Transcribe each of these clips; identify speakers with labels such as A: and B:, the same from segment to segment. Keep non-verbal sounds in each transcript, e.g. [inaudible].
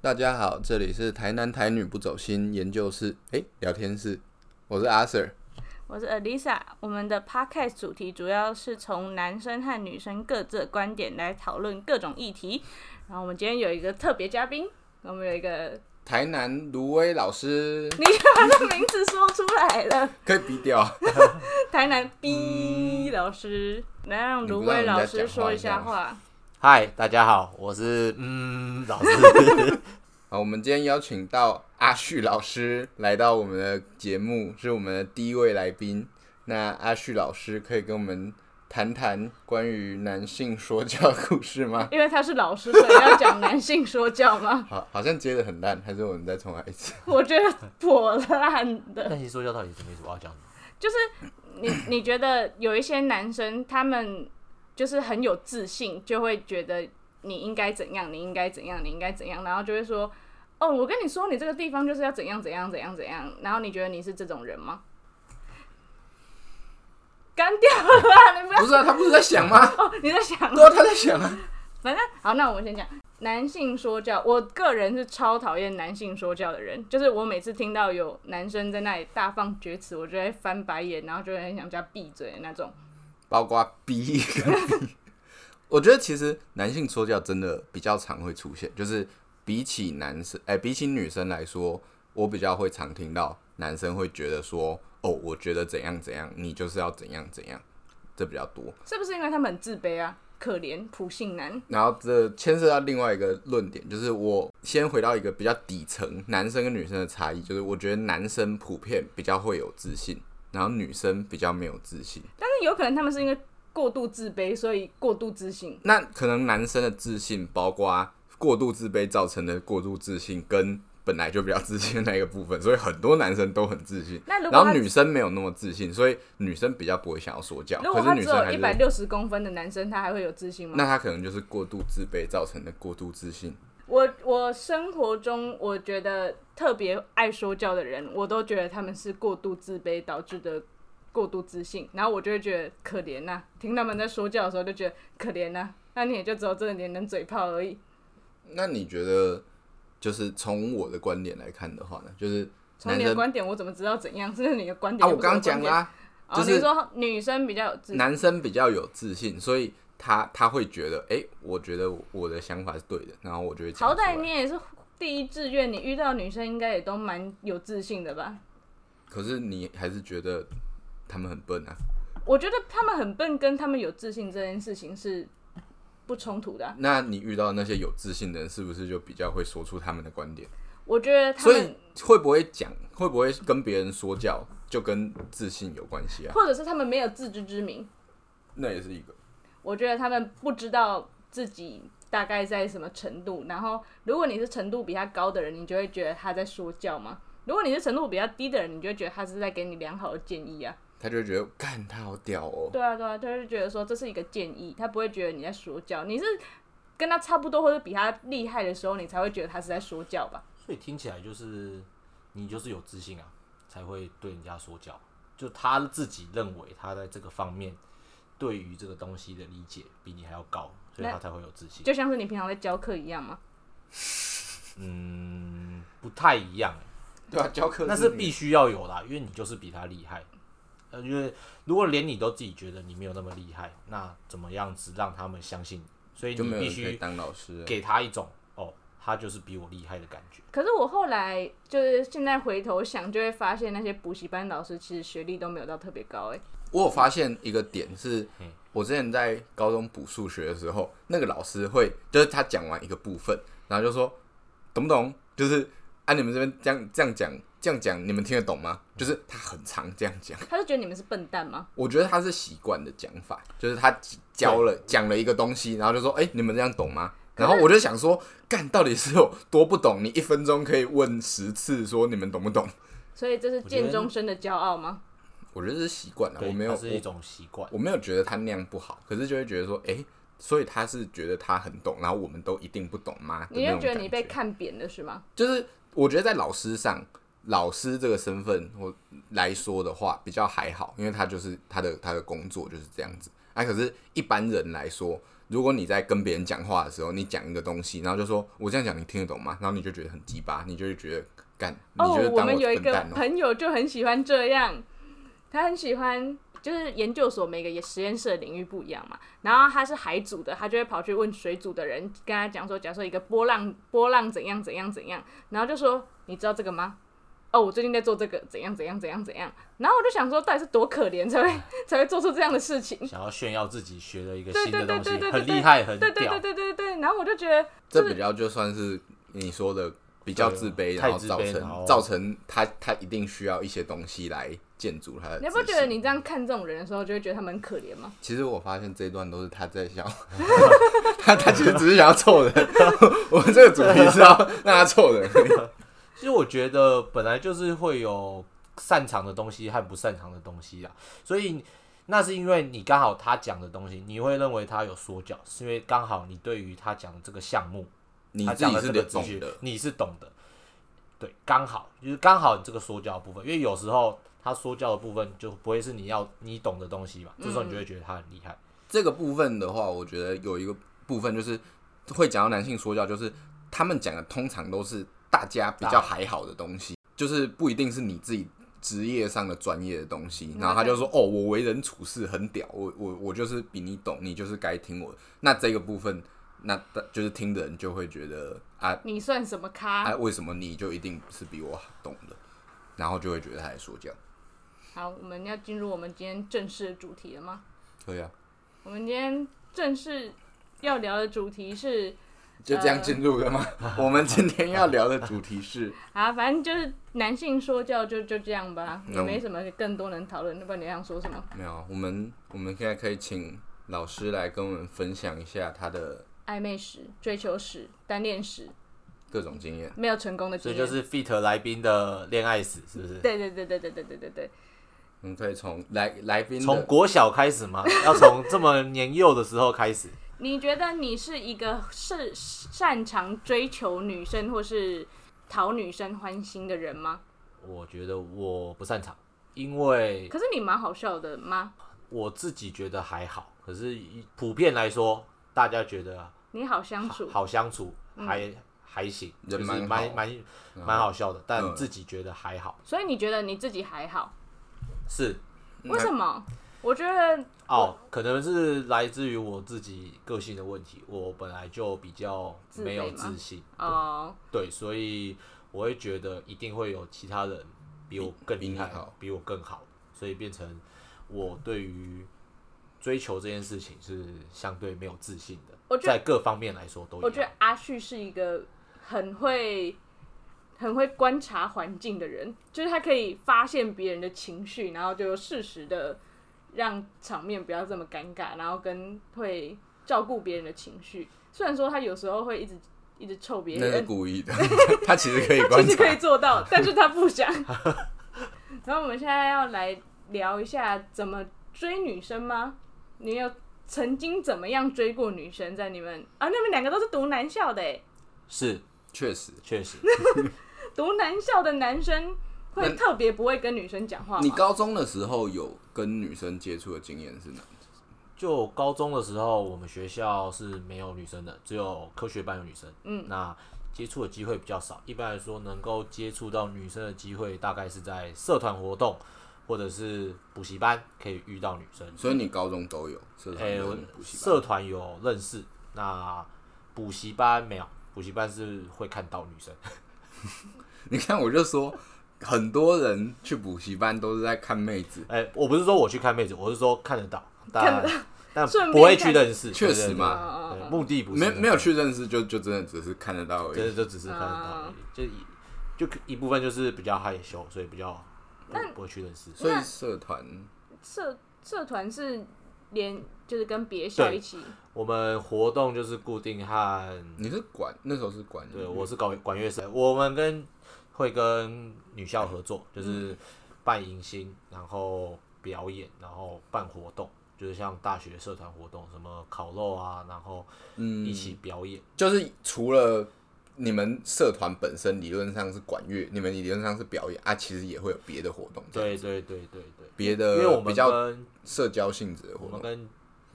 A: 大家好，这里是台南台女不走心研究室，诶，聊天室，我是阿 Sir。
B: 我是 Alisa，我们的 podcast 主题主要是从男生和女生各自的观点来讨论各种议题。然后我们今天有一个特别嘉宾，我们有一个，
A: 台南芦苇老师
B: 你把他名字说出来了， [laughs]
A: 可以逼掉，
B: 台南 B 老师，来让
A: 嗯你不
B: 芦
A: 让
B: 苇
A: 人家
B: 老师说一下
A: 讲话
B: 话。
C: 嗨，大家好，我是嗯老师。 [laughs]
A: 好，我们今天邀请到阿旭老师来到我们的节目，是我们的第一位来宾。那阿旭老师可以跟我们谈谈关于男性说教的故事吗？？
B: 因为他是老师，所以要讲男性说教吗
A: 好，好像接的很烂，还是我们再重来一次？
B: [laughs] 我觉得破烂的。
C: 那些说教到底什么意思？我要讲什么
B: 你你觉得有一些男生，他们就是很有自信，就会觉得你应该怎样，你应该怎样，你应该怎样，然后就会说，哦，我跟你说，你这个地方就是要怎样怎样怎样怎样。然后你觉得你是这种人吗？干掉了啦，你不要
A: 不是啊，他不是在想吗？ [laughs]
B: 哦，你在想
A: 对啊，他在想啊。
B: 反正好，那我们先讲男性说教。我个人是超讨厌男性说教的人，就是我每次听到有男生在那里大放厥词，我就会翻白眼，然后就会很想叫他闭嘴的那种。
A: 包括 B 跟 B。我 [laughs] 觉得其实男性说教真的比较常会出现，就是比起男生，哎、比起女生来说，我比较会常听到男生会觉得说，哦，我觉得怎样怎样，你就是要怎样怎样，这比较多。
B: 是不是因为他们很自卑啊？可怜普信男，
A: 然后这牵涉到另外一个论点，就是我先回到一个比较底层男生跟女生的差异，就是我觉得男生普遍比较会有自信，然后女生比较没有自信。
B: 但是有可能他们是因为过度自卑，所以过度自信。
A: 那可能男生的自信，包括过度自卑造成的过度自信，跟本来就比较自信的那一个部分，所以很多男生都很自信。
B: 那如
A: 然
B: 果
A: 后
B: 他
A: 女生没有那么自信，所以女生比较不会想要说教。
B: 如果
A: 可
B: 他
A: 是女
B: 只
A: 生
B: 有
A: 还
B: 一百
A: 是，
B: 六十公分的男生，他还会有自信
A: 那
B: 吗？
A: 他可能就是过度自卑造成的过度自信。
B: 我我生活中我觉得特别爱说教的人，我都觉得他们是过度自卑导致的过度自信，然后我就会觉得可怜呐、听他们在说教的时候就觉得可怜呐、那你也就只有这点点嘴炮而已。
A: 那你觉得，就是从我的观点来看的话呢，就是
B: 从
A: 男
B: 你的
A: 生
B: 观点，我怎么知道怎样？这是你的观点
A: 啊，
B: 又
A: 我
B: 不是
A: 刚
B: 的
A: 讲
B: 观点
A: 啦、
B: 哦，
A: 就是
B: 你说女生比较有自信，
A: 男生比较有自信，所以他他会觉得，哎、我觉得我的想法是对的，然后我就会讲
B: 好
A: 出来
B: 歹你也是第一志愿，你遇到女生应该也都蛮有自信的吧？
A: 可是你还是觉得他们很笨啊？
B: 我觉得他们很笨，跟他们有自信这件事情是不冲突的啊、
A: 那你遇到那些有自信的人，是不是就比较会说出他们的观点？
B: 我觉得他
A: 所以
B: 们，
A: 会不会讲，会不会跟别人说教，就跟自信有关系啊？
B: 或者是他们没有自知之明，
A: 那也是一个。
B: 我觉得他们不知道自己大概在什么程度。然后，如果你是程度比他高的人，你就会觉得他在说教嘛；如果你是程度比较低的人，你就会觉得他是在给你良好的建议啊。
A: 他就会觉得，干他好屌哦！
B: 对啊，对啊，他就觉得说这是一个建议，他不会觉得你在说教，你是跟他差不多或者比他厉害的时候，你才会觉得他是在说教吧？
C: 所以听起来就是你就是有自信啊，才会对人家说教。就他自己认为他在这个方面对于这个东西的理解比你还要高，所以
B: 那
C: 他才会有自信。
B: 就像是你平常在教课一样嘛。
C: 嗯，不太一样，
A: 对啊，教课
C: 那是必须要有啦，因为你就是比他厉害。呃，因为如果连你都自己觉得你没有那么厉害，那怎么样子让他们相信你？所以
A: 就
C: 你
A: 没有
C: 必
A: 人可以
C: 须
A: 当老师。啊
C: 给他一种哦，他就是比我厉害的感觉。
B: 可是我后来就是现在回头想，就会发现那些补习班老师其实学历都没有到特别高、欸，哎，
A: 我有发现一个点是
C: 嘿，
A: 我之前在高中补数学的时候，那个老师会就是他讲完一个部分，然后就说懂不懂？就是按、你们这边这样这样讲这样讲，你们听得懂吗？
C: 嗯
A: 就是他很常这样讲，
B: 他就觉得你们是笨蛋吗？
A: 我觉得他是习惯的讲法，就是他教了讲了一个东西，然后就说哎、你们这样懂吗？然后我就想说，干到底是有多不懂？你一分钟可以问十次，说你们懂不懂？
B: 所以这是
C: 我觉得
B: 建中生的骄傲吗？
A: 我觉得是习惯了，
C: 对，
A: 我没有
C: 它是一种习惯。
A: 我没有觉得他那样不好，可是就会觉得说，诶，所以他是觉得他很懂，然后我们都一定不懂吗？的
B: 你
A: 那种
B: 就觉得
A: 感
B: 你被看扁了是吗？
A: 就是我觉得在老师上，老师这个身份我来说的话比较还好，因为他就是他的他的工作就是这样子。啊，可是一般人来说，如果你在跟别人讲话的时候，你讲一个东西，然后就说我这样讲你听得懂吗？然后你就觉得很鸡巴，你就会觉得干，你
B: 哦
A: 就，是
B: 我
A: 当
B: 们有一
A: 笨
B: 个
A: 蛋哦、
B: 朋友就很喜欢这样，他很喜欢，就是研究所每个也实验室的领域不一样嘛。然后他是海组的，他就会跑去问水组的人，跟他讲说，假设一个波浪波浪怎样怎样怎样，然后就说你知道这个吗？哦，我最近在做这个，怎样怎样怎样怎样。然后我就想说，到底是多可怜才会才会做出这样的事情？
C: 想要炫耀自己学了一个
B: 对
C: 新的
B: 对
C: 东西
B: 对对，对
C: 很
B: 对
C: 厉害，很
B: 对对对
C: 屌，
B: 对对对。然后我就觉得，
A: 这比较就算是你说的比较自卑，
C: 对啊
A: 然后
C: 太自
A: 造
C: 卑然后
A: 成造成他他一定需要一些东西来建筑他的自
B: 你
A: 信。
B: 不觉得你这样看这种人的时候，就会觉得他们很可怜吗？
A: 其实我发现这一段都是他在想， [laughs] 他他其实只是想要凑人。 [laughs] 我们这个主题是要让他凑人而 [laughs] 已。
C: 其实我觉得本来就是会有擅长的东西和不擅长的东西啦，所以那是因为你刚好他讲的东西，你会认为他有说教，是因为刚好你对于他讲的这个项目，
A: 你
C: 他
A: 自
C: 讲
A: 己
C: 的
A: 是
C: 这个资
A: 懂
C: 讯
A: 的，，
C: 你是懂的，对，刚好就是刚好你这个说教的部分，因为有时候他说教的部分就不会是你要你懂的东西嘛，这时候你就会觉得他很厉害，
A: 这个部分的话，我觉得有一个部分就是会讲到男性说教，就是他们讲的通常都是大家比较还好的东西，就是不一定是你自己职业上的专业的东西。
B: 嗯
A: 然后他就说：“哦，我为人处事很屌，我我我就是比你懂，你就是该听我的。”那这个部分，那就是听的人就会觉得啊，
B: 你算什么咖？
A: 哎、为什么你就一定是比我懂的？然后就会觉得他在说教。
B: 好，我们要进入我们今天正式的主题了吗？
A: 对啊，
B: 我们今天正式要聊的主题是
A: 就这样进入了吗？我们今天要聊的主题是，
B: 啊，反正就是男性说教就就这样吧，也
A: 嗯
B: 没什么更多能讨论。要不然你还想说什么？
A: 没有，我们我们现在可以请老师来跟我们分享一下他的
B: 暧昧史、追求史、单恋史，
A: 各种经验。
B: 没有成功的
C: 所
B: 经
C: 以
B: 验。
C: 就是 fit 来宾的恋爱史是不是？
B: 对对对对对对对对对，
A: 我们可以从来来宾的
C: 从国小开始
B: [laughs]
C: 吗？要从这么年幼的时候开始？
B: 你觉得你是一个是擅长追求女生或是讨女生欢心的人吗？
C: 我觉得我不擅长，因为
B: 可是你蛮好笑的吗？
C: 我自己觉得还好，可是一普遍来说，大家觉得
B: 你好相处，
C: 好相处，
B: 嗯
C: 还、还行，就
A: 人
C: 是
A: 蛮好
C: 蛮蛮蛮好笑的，但
A: 嗯
C: 自己觉得还好，
B: 所以你觉得你自己还好？
C: 是
B: 为什么？我觉得
C: 哦，可能是来自于我自己个性的问题，我本来就比较
B: 自卑
C: 没有
B: 吗
C: 自信，
B: 哦，
C: 对，所以我会觉得一定会有其他人比我更
A: 比
C: 厉
A: 你
C: 害
A: 好，
C: 比我更好，所以变成我对于追求这件事情是相对没有自信
B: 我
C: 的，
B: 觉得
C: 在各方面来说都一
B: 我觉
C: 样
B: 得。阿旭是一个很会、很会观察环境的人，就是他可以发现别人的情绪，然后就适时的让场面不要这么尴尬，然后跟会照顾别人的情绪。虽然说他有时候会一直一直臭别
A: 那是
B: 人，
A: 故意的， [laughs] 他其实可以
B: [laughs] 他
A: 观
B: 其实可以
A: 察。
B: 做到，但是他不想。然后我们现在要来聊一下怎么追女生吗？你有曾经怎么样追过女生？在你们啊，你们两个都是读男校的哎，
C: 是，
A: 确实，
C: 确实，
B: 读男校的男生会
A: 那
B: 特别不会跟女生讲话
A: 你
B: 吗？
A: 高中的时候有跟女生接触的经验是哪？
C: [laughs] 就高中的时候，我们学校是没有女生的，只有科学班有女生。嗯，那接触的机会比较少。一般来说，能够接触到女生的机会，大概是在社团活动或者是补习班可以遇到女生。
A: 所以你高中都有社团
C: 诶、
A: 跟
C: 哎我
A: 补习班
C: 社团有认识，那补习班没有，补习班是会看到女生。
A: [laughs] 你看，我就说很多人去补习班都是在看妹子，
C: 诶、哎我不是说我去看妹子，我是说看得到，
B: 看
C: 但
B: 得
C: 但
B: 顺便
C: 不会
B: 看
C: 去认识，
A: 确
C: 对
A: 实
C: 对
A: 嘛
C: 对
B: 嗯
C: 对
B: 嗯嗯
C: 目的不是
A: 没
C: 那个
A: 没有去认识，就就真的只是看得到而
C: 真
A: 已。
C: 的就只是看得到
B: 哦
C: 而已，就一就可一部分就是比较害羞，所以比较不不会去认识。
A: 所以社团
B: 社社团是连就是跟别校
C: 对
B: 一起，
C: 我们活动就是固定和
A: 你是管那时候是管
C: 对我是搞管乐社，我们跟会跟女校合作，就是
A: 嗯
C: 办迎新，然后表演，然后办活动。就是像大学社团活动，什么烤肉啊，然后
A: 嗯
C: 一起表演，
A: 就是除了你们社团本身理论上是管乐，你们理论上是表演啊，其实也会有别的活动，，
C: 对对对对对，
A: 别
C: 因为我
A: 的
C: 们
A: 呃比较
C: 跟
A: 社交性质的
C: 我
A: 活
C: 们
A: 动。
C: 跟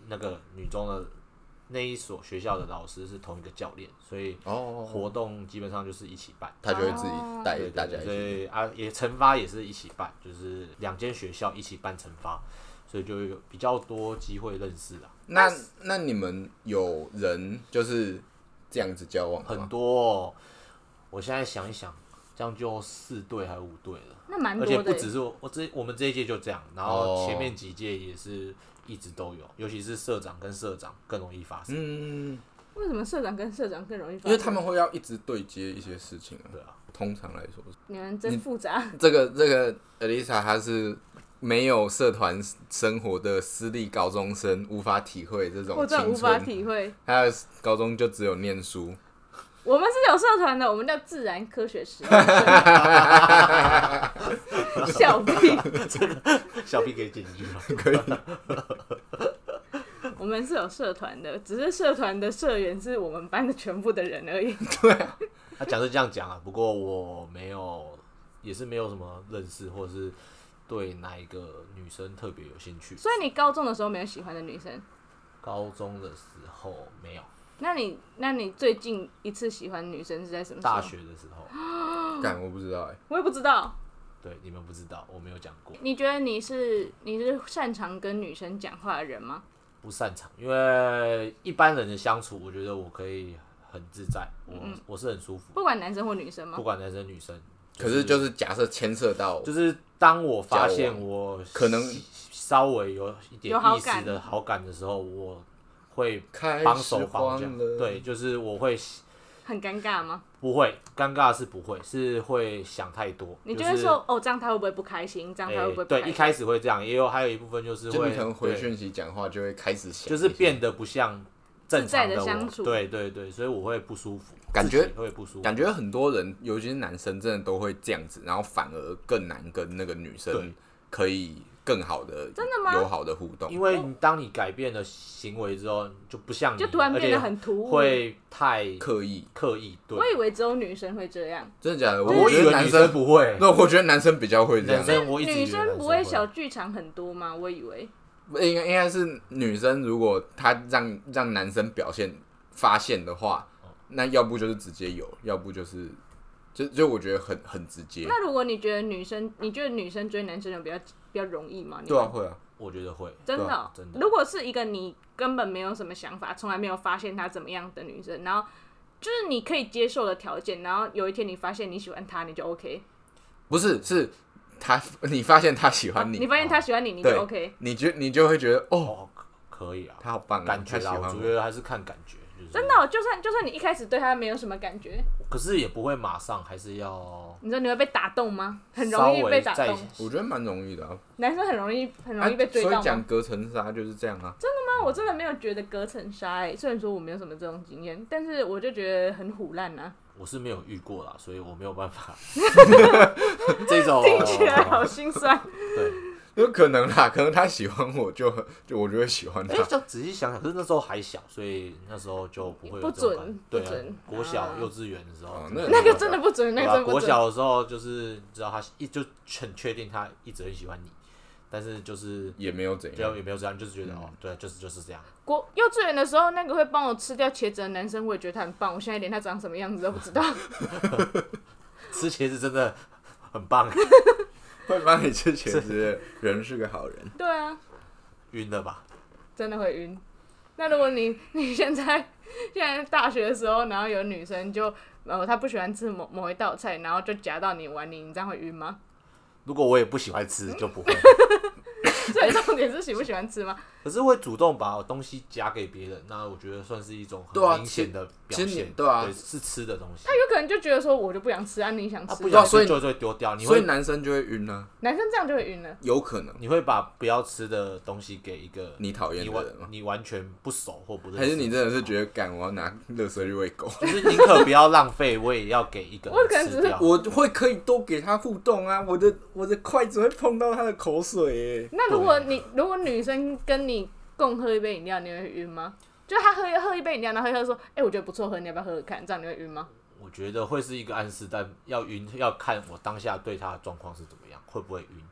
C: 那个女中的那一所学校的老师是同一个教练，所以
A: 哦，
C: 活动基本上就是一起办。
A: 他就会自己
B: 哦
A: 带
C: 对对
A: 大家
C: 对
A: 一
C: 所
A: 起。
C: 以啊，也惩罚也是一起办，就是两间学校一起办惩罚，所以就有比较多机会认识啦。
A: 那那你们有人就是这样子交往的
C: 很
A: 吗？
C: 多、哦，我现在想一想，这样就四队还是五队了，
B: 那蛮
C: 而
B: 多
C: 且
B: 的欸
C: 不
B: 耶。
C: 只是我，我这我们这一届就这样，然
A: 哦
C: 后前面几届也是一直都有，尤其是社长跟社长更容易发生，
A: 嗯，
B: 为什么社长跟社长更容易发
A: 因
B: 生？
A: 为他们会要一直对接一些事情啊。
C: 对啊，
A: 通常来说，
B: 你们真复杂，
A: 这个这个 Elisa 她是没有社团生活的私立高中生，无法体会这种
B: 我真的
A: 青
B: 无法
A: 春。
B: 体会。
A: 她的高中就只有念书，
B: 我们是有社团的，我们叫自然科学
C: [laughs]
B: 实验社。笑屁！
C: 小 P 可以剪进去吗？ [laughs]
B: 我们是有社团的，只是社团的社员是我们班的全部的人而已。
C: 他讲是这样讲啊，不过我没有，也是没有什么认识，或者是对哪一个女生特别有兴趣。
B: 所以你高中的时候没有喜欢的女生，
C: 高中的时候没有，
B: 那你那你最近一次喜欢女生是在什么时候？
C: 大学的时候，
B: 嗯
A: 干我不知道哎、
B: 我也不知道。
C: 对你们不知道，我没有讲过，
B: 你觉得你是你是擅长跟女生讲话的人吗？
C: 不擅长，因为一般人的相处，我觉得我可以很自在，我、我是很舒服，
B: 嗯不管男生或女生吗
C: 不？管男生女生。
A: 可是就是假设牵涉到
C: 就是当我发
A: 交
C: 现我
A: 可能
C: 稍微有一点
B: 有好
C: 意思
B: 感
C: 的好感的时候，我会
A: 开
C: 帮
A: 始
C: 手帮
A: 慌
C: 忙，
A: 了，
C: 对，，就是我会
B: 很尴尬吗？
C: 不会尴尬是不会，是会想太多。
B: 你就
C: 就
B: 会
C: 是
B: 说、哦，这样他会不会不开心？这样他会
C: 哎
B: 不会不
C: 对，
B: 开
C: 一
B: 心？
C: 开始会这样，也有还有一部分就是
A: 就
C: 会
A: 你可能回
C: 对
A: 讯息讲话就会开始想，
C: 就是变得不像正
B: 自在
C: 常
B: 地
C: 我，
B: 相处
C: 对对对，所以我会不舒服，
A: 感
C: 自
A: 觉
C: 己会不舒服，
A: 感觉很多人，尤其是男生，真的都会这样子，然后反而更难跟那个女生
C: 对
A: 可以更好的
B: 真的吗
A: 友好的互动
C: 因。为你当你改变了行为之后，就不像你，
B: 就突然
C: 而
B: 变得
C: 且
B: 很突兀。
C: 会太
A: 刻意，
C: 刻意。对
B: 我，以为只有女生会这样，
A: 真的假的？
C: 我以
A: 觉得
C: 为
A: 男
C: 女生
A: 生，
C: 不会，
A: 那我觉得男生比较会这样
C: 男。生我一直以为
B: 女
C: 男
B: 生
C: 生
B: 不
C: 会
B: 会小剧场很多吗？我以为
A: 应该应该是女生，如果她让让男生表现发现的话，
C: 哦
A: 那要不就是直接有，要不就是就就我觉得很很直接。
B: 那如果你觉得女生，你觉得女生追男生有比较比较容易吗？你
A: 对啊，
B: 们，
A: 会啊，
C: 我觉得会。
B: 真的
A: 对
B: 哦、
C: 啊真的
B: 如果是一个你根本没有什么想法，从来没有发现她怎么样的女生，然后就是你可以接受的条件，然后有一天你发现你喜欢她，你就 OK。
A: 不是是他， [laughs] 你发现他喜
B: 啊
A: 欢你，哦
B: 你发现她喜欢你，你就
A: 对
B: OK。
A: 你觉你就会觉得哦，
C: 哦，可可以啊，
A: 他好棒啊，
C: 感觉
A: 他喜
C: 啦，
A: 欢
C: 我
A: 我
C: 觉得还是看感觉，就是
B: 真的哦、就算就算你一开始对她没有什么感觉，
C: 可是也不会马上，还是要
B: 你知道你会被打动吗？很
C: 稍
B: 容易
C: 微
B: 被打
C: 再
B: 动，
A: 我觉得蛮容易的、啊，
B: 男生很容易很容易被追
A: 所
B: 到
A: 以
B: 吗？
A: 讲隔层纱就是这样啊。
B: 那我真的没有觉得隔层纱、欸，虽然说我没有什么这种经验，但是我就觉得很虎烂啊，
C: 我是没有遇过啦，所以我没有
B: [laughs]
C: 办法这种
B: 听起来好心
C: [laughs]
B: 酸。
C: 对。
A: 有可能啦，可能他喜欢我就就我就会喜欢他
C: 哎、。就仔细想想，可是那时候还小，所以那时候就不会有
B: 不
C: 这种感
B: 准
C: 对
B: 不
C: 啊
B: 准，
C: 国小
B: 啊、
C: 幼稚园的时候
A: 哦，
C: 真的
A: 那
B: 那
A: 个
B: 个真的不准，那
C: 对
B: 个
C: 吧
B: 真的不
C: 国
B: 准。
C: 小的时候就是你知道他一就很确定他一直很喜欢你，但是就是
A: 也没有怎
C: 比
A: 样
C: 较，也没有这样，就是觉得、哦，对，就是就是这样。
B: 国幼稚园的时候，那个会帮我吃掉茄子的男生，我也觉得他很棒。我现在连他长什么样子都不知道。 [laughs]
C: 吃茄子真的很棒， [laughs]
A: 会帮你吃茄子的人是个好人。
B: 对啊，
C: 晕了吧？
B: 真的会晕。那如果你你现在现在大学的时候，然后有女生就呃她不喜欢吃某某一道菜，然后就夹到你碗里，你这样会晕吗？ [laughs]
C: 如果我也不喜欢吃，就不会。
B: 所以重点是喜不喜欢吃吗？
C: 可是会主动把东西夹给别人，那我觉得算是一种很
A: 对啊
C: 明显的表
A: 其实你
C: 现，
A: 对啊
C: 是吃的东西。
B: 他有可能就觉得说我就不想吃啊，你想
C: 他
B: 吃
C: 不
B: 就
C: 想
A: 对啊所以
C: 吃就就会丢 [laughs] 掉，你
A: 所以
C: 会
A: 男生就会晕啊，
B: 男生这样就会晕了。
A: 有可能
C: 你会把不要吃的东西给一个
A: 你讨厌
C: 你
A: 的
C: 完
A: 人吗？
C: 你完全不熟或不认识，
A: 还是你真的是觉得干，我要拿垃圾去喂狗？ [laughs]
C: 就是宁可不要浪费，我也要给一个人
B: [laughs] 我可能只是
C: 吃掉。
A: 我会可以多给他互动啊，我的我的筷子会碰到他的口水欸耶。
B: 那如果你如果女生跟你共喝一杯饮料，你会晕吗？就她喝一喝一杯饮料，然后她说：“哎、我觉得不错喝，你要不要喝喝看？”这样你会晕吗？
C: 我觉得会是一个暗示，但要晕要看我当下对他的状况是怎么样，会不会晕？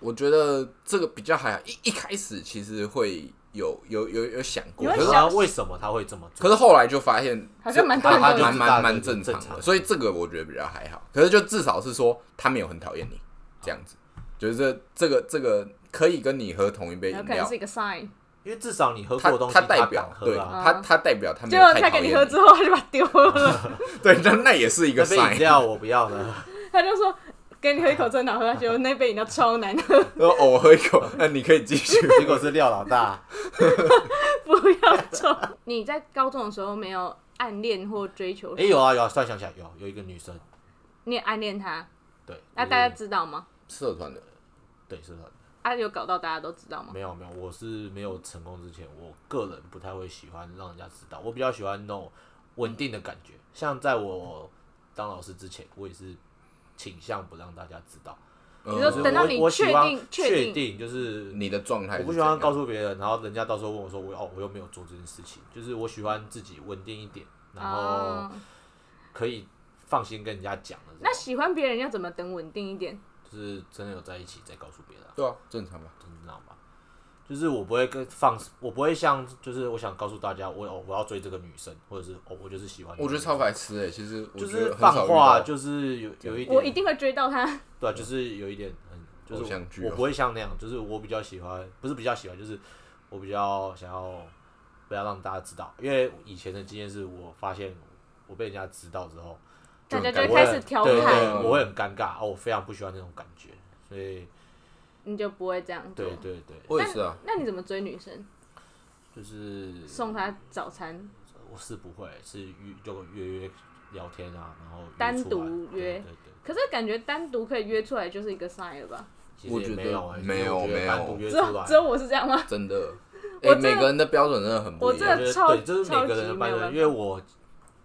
A: 我觉得这个比较还好一一开始其实会有有有有想过，
B: 有
A: 可
C: 可
A: 是
C: 是
B: 想
C: 他为什么他会这么
A: 可
C: 做？
A: 是后来就发现
B: 好像蛮多
A: 这
B: 人
A: 还
B: 都
A: 蛮
C: 有
A: 蛮蛮
C: 这
A: 正
C: 个
A: 常
C: 正
A: 的，
C: 常
A: 所以这个我觉得比较还好。可是就至少是说他没有很讨厌你这样子，就是这这个这个可以跟你喝同一杯
B: 有
C: 哎
A: 饮
B: 可能
A: 料
B: 是，一个 sign，
C: 因为至少你喝过
A: 他
C: 的东西，
A: 他
C: 他
A: 代表
C: 敢
A: 对
C: 喝啊。
A: 他他代表他没
B: 结
A: 有
B: 果
A: 太
B: 他
A: 讨
B: 给
A: 厌
B: 你喝之后，他就把它丢了，
A: 对，那那也是一个
C: 那杯
A: sign
C: 饮。料我不要了， [laughs]
B: 他就说给你喝一口真好喝，结果那杯饮料超难喝，
A: [laughs] 呃，哦我喝一口，那你可以继 [laughs] 续。
C: 结果是廖老大。
B: 不要抽。
C: [laughs]
B: 你在高中的时候没有暗恋或追求？
C: 哎，有啊有啊，突然想起来，有有一个女生，
B: 你也暗恋他，
C: 对，
B: 那
C: 就是
B: 大家知道吗？
A: 社团的，
C: 对是的，
B: 啊，有搞到大家都知道吗？
C: 没有没有，我是没有成功之前，我个人不太会喜欢让人家知道，我比较喜欢那种稳定的感觉。像在我当老师之前，我也是倾向不让大家知道。
B: 你
A: 嗯
B: 说
C: 就是
B: 等到
C: 我
B: 你
C: 我
B: 确
C: 喜欢
B: 定确
C: 确
B: 定
C: 定就是
A: 你的状态，
C: 我不喜欢告。诉别人，然后人家到时候问我说我哦我又没有做这件事情，就是我喜欢自己稳定一点，然后
B: 哦，
C: 可以放心跟人家讲的这
B: 那
C: 种，
B: 喜欢别人要怎么等稳定一点？
C: 就是真的有在一起再告诉别人啊，
A: 对啊，正常吧。
C: 真的知道吗？就是我不会跟放，我不会像就是我想告诉大家我哦我要追这个女生，或者是哦我就是喜欢，
A: 我觉得超，白痴哎，其实我
C: 就
A: 觉得
C: 是
A: 很
C: 放
A: 少遇
C: 话，
A: 到
C: 就是有有一
B: 我一
C: 点，
B: 定会追到他。
C: 对啊，就是有一点很就
A: 偶
C: 是
A: 像剧
C: 我
A: 哦
C: 我不会像那样，就是我比较喜欢，不是比较喜欢，就是我比较想要不要让大家知道，因为以前的经验是我发现我被人家知道之后，
A: 就
B: 大
A: 很
B: 家就
A: 尴尬
B: 会开始调
C: 对对
B: 侃，
C: 对，我会很尴尬，哦，我非常不喜欢那种感觉，所以
B: 你就不会这样做
C: 对。对对，
A: 我也是啊，
B: 那你怎么追女生？
C: 就是
B: 送她早餐，
C: 我是不会是约就约约聊天啊，然后约出来
B: 单独
C: 对
B: 约
C: 对对，
B: 可是感觉单独可以约出来就是一个 sign 了吧？
C: 其实
A: 我
C: 也
A: 觉得
C: 没有欸
A: 没
C: 其实
A: 有
C: 我觉得
A: 没有
C: 单独约
B: 只
C: 出
B: 有
C: 来
B: 只有我是这样吗？
A: [laughs] 真的。
B: 我
A: 哎，
B: 真的
A: 每个人的标准真的很不一
C: 我
A: 样。
C: 觉
B: 真
C: 得
B: 的超
C: 对，这是每个人的
B: 超级没
C: 班
B: 有
C: 人，
B: 办法
C: 因为我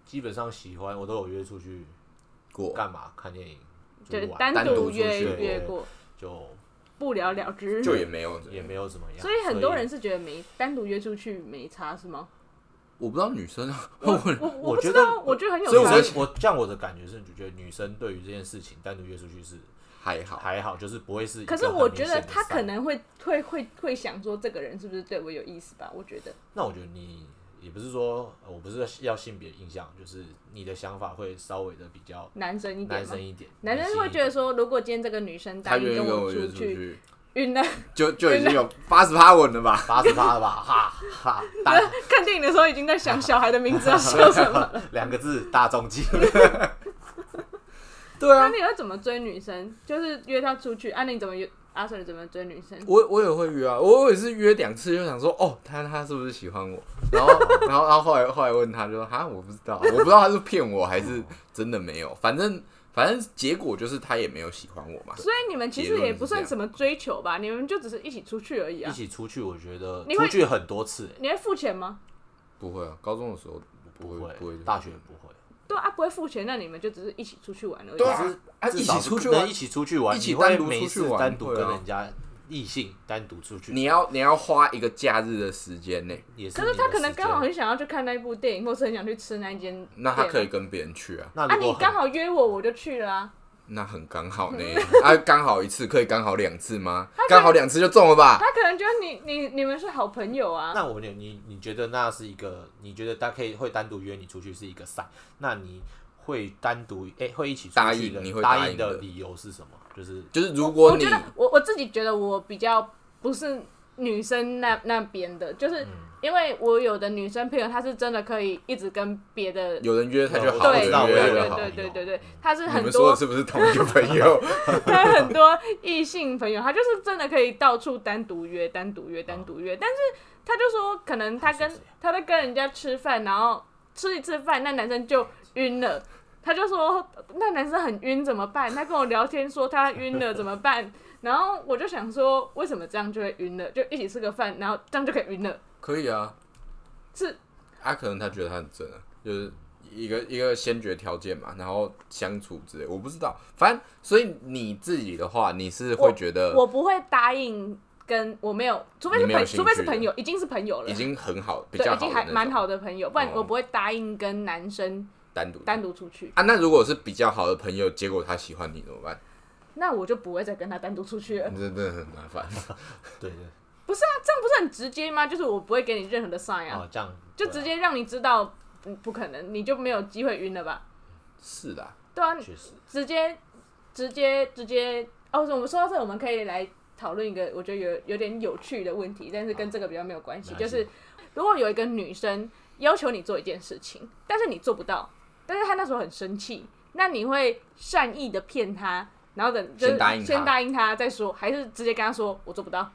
C: 基本上喜欢我都有约出去
A: 过
C: 干嘛看电影，
B: 就
C: 就是玩
B: 单
A: 单独
B: 独
A: 出
B: 约
A: 去
B: 约过，
C: 就
B: 不了了之。
A: 就也没有，
C: 也没有怎么样，
B: 所以很多人是觉得没单独约出去没差是吗？
A: 我不知道女生啊，
B: 我
A: 我 [laughs]
B: 我
C: 我
B: 不
C: 觉
B: 知
C: 得
B: 道，我觉得很有
C: 所以我
B: 差。
C: 的我像我的感觉是，觉得女生对于这件事情单独约出去是
A: 还好。
C: 还好，就是不会是一
B: 可
C: 个很明
B: 是
C: 显的 sign。
B: 我觉得他可能会会会会想说，这个人是不是对我有意思吧？我觉得
C: 那我觉得你也不是说，呃我不是要性别印象，就是你的想法会稍微的比较
B: 男生一点
C: 男
B: 嘛
C: 生，一点，
B: 男生会觉得说，如果今天这个女生答
A: 他
B: 应
A: 愿意跟
B: 我
A: 我约出
B: 去，
A: 去，啊
B: [laughs] 晕了。
A: 就就已经 [laughs] 有八十趴稳了吧？
C: 八十八了
B: [laughs]
C: 吧，哈哈，大
B: 看电影的时候已经在想小孩的名字要
C: [laughs]
B: 叫什么。
C: 两个字大
B: [laughs]
C: 众计，
A: 对啊
B: 那，你会怎么追女生？就是约她出去，啊，你怎么约？阿水怎么追女生？
A: 我我也会约啊，我我也是约两次，就想说哦，他他是不是喜欢我？然后 [laughs] 然后然后后来后来问他就说哈，我不知道，我不知道他是骗我还是真的没有，反正反正结果就是他也没有喜欢我嘛。
B: 所以你们其实也不算什么追求
A: 嗯
B: 吧，你们就只是一起出去而已
C: 一
B: 啊。
C: 起出去，我觉得
B: 你
C: 出
B: 会
C: 去很多次，欸
B: 你会付钱吗？
A: 不会啊，高中的时候不
C: 不
A: 会
C: 会
A: 不会
C: 大学不会，
B: 对啊，不会付钱，那你们就只是一起出去玩而已。
A: 对
C: 可
A: 啊
C: 是
A: 啊
C: 至
A: 一
C: 少
A: 起出去
C: 能
A: 玩
C: 一起出去玩，
A: 一起
C: 你会
A: 单独
C: 每
A: 出去
C: 次
A: 玩
C: 单独
A: 会啊
C: 跟人家异性单独出去，
A: 你要你要花一个假日的时间呢，
C: 也是
B: 可
C: 你
B: 是
C: 的
B: 他可能
C: 时间
B: 刚好很想要去看那一部电影，或是很想去吃那一间店啊。
A: 那他可以跟别人去啊，
C: 那
B: 啊，
C: 如果
B: 你
C: 很
B: 刚好约我，我就去了啊。
A: 那很刚好呢，啊刚好一次可以刚好两次吗？刚好两次就中了吧？
B: 他可能觉得你你你们是好朋友啊。
C: 那我问你你你觉得那是一个？你觉得他可以会单独约你出去是一个赛？那你会单独哎、会一起出去
A: 答应
C: 的
A: 你会答
C: 答
A: 应
C: 应
A: 的
C: 的理由是什么？就是
A: 就是如果
B: 我
A: 你
B: 觉得我我自己觉得我比较不是女生那那边的，就是
C: 嗯
B: 因为我有的女生朋友她是真的可以一直跟别的。
A: 有人约他就
C: 我
A: 好，
C: 我
B: 对
A: 有
C: 知道
A: 人
C: 我也
A: 约
C: 有
A: 他
B: 对
A: 就好。
B: 对对对对，她是
A: 你
B: 很
A: 们说
B: 多
A: 的是不是同一个朋友？
B: 他有很多异性朋友，他就是真的可以到处单独约、单独约、单独约。但是他就说，可能他跟
C: 是这样
B: 他在跟人家吃饭，然后吃一次饭，那男生就晕了。他就说那男生很晕怎么办？他跟我聊天说他晕了怎么办？然后我就想说，为什么这样就会晕了？就一起吃个饭，然后这样就可以晕了？
A: 可以啊，
B: 是
A: 啊，可能他觉得他很正啊，就是一个一个先决条件嘛，然后相处之类，我不知道。反正，所以你自己的话，你是会觉得
B: 我不会答应跟我没有，除非是
A: 你没有
B: 朋，
A: 兴趣
B: 除非是
A: 的
B: 朋友，已经是朋友了，
A: 已经很好，比
B: 对，
A: 较
B: 已
A: 好的
B: 经
A: 那
B: 还
A: 种，
B: 蛮好的朋友，不然
A: 哦
B: 我不会答应跟男生
A: 单独
B: 单独出去。
A: 啊。那如果是比较好的朋友，结果他喜欢你怎么办？
B: 那我就不会再跟他单独出去了。
C: 嗯
A: 你真的很麻烦。
C: 对对，
B: 这样不是很直接吗？就是我不会给你任何的 sign 啊，
C: 哦，这样
B: 就
C: 对啊
B: 直接让你知道不不可能，你就没有机会晕了吧？
A: 是啦，
B: 对啊，
C: 确实，
B: 直接直接直接哦，我们说到这，我们可以来讨论一个我觉得有有点有趣的问题，但是跟这个比较没有关系，
C: 没
B: 就
C: 关系
B: 是如果有一个女生要求你做一件事情，但是你做不到，但是她那时候很生气，那你会善意的骗她，然后等就是
A: 先答应她
B: 先答应她再说，还是直接跟她说我做不到？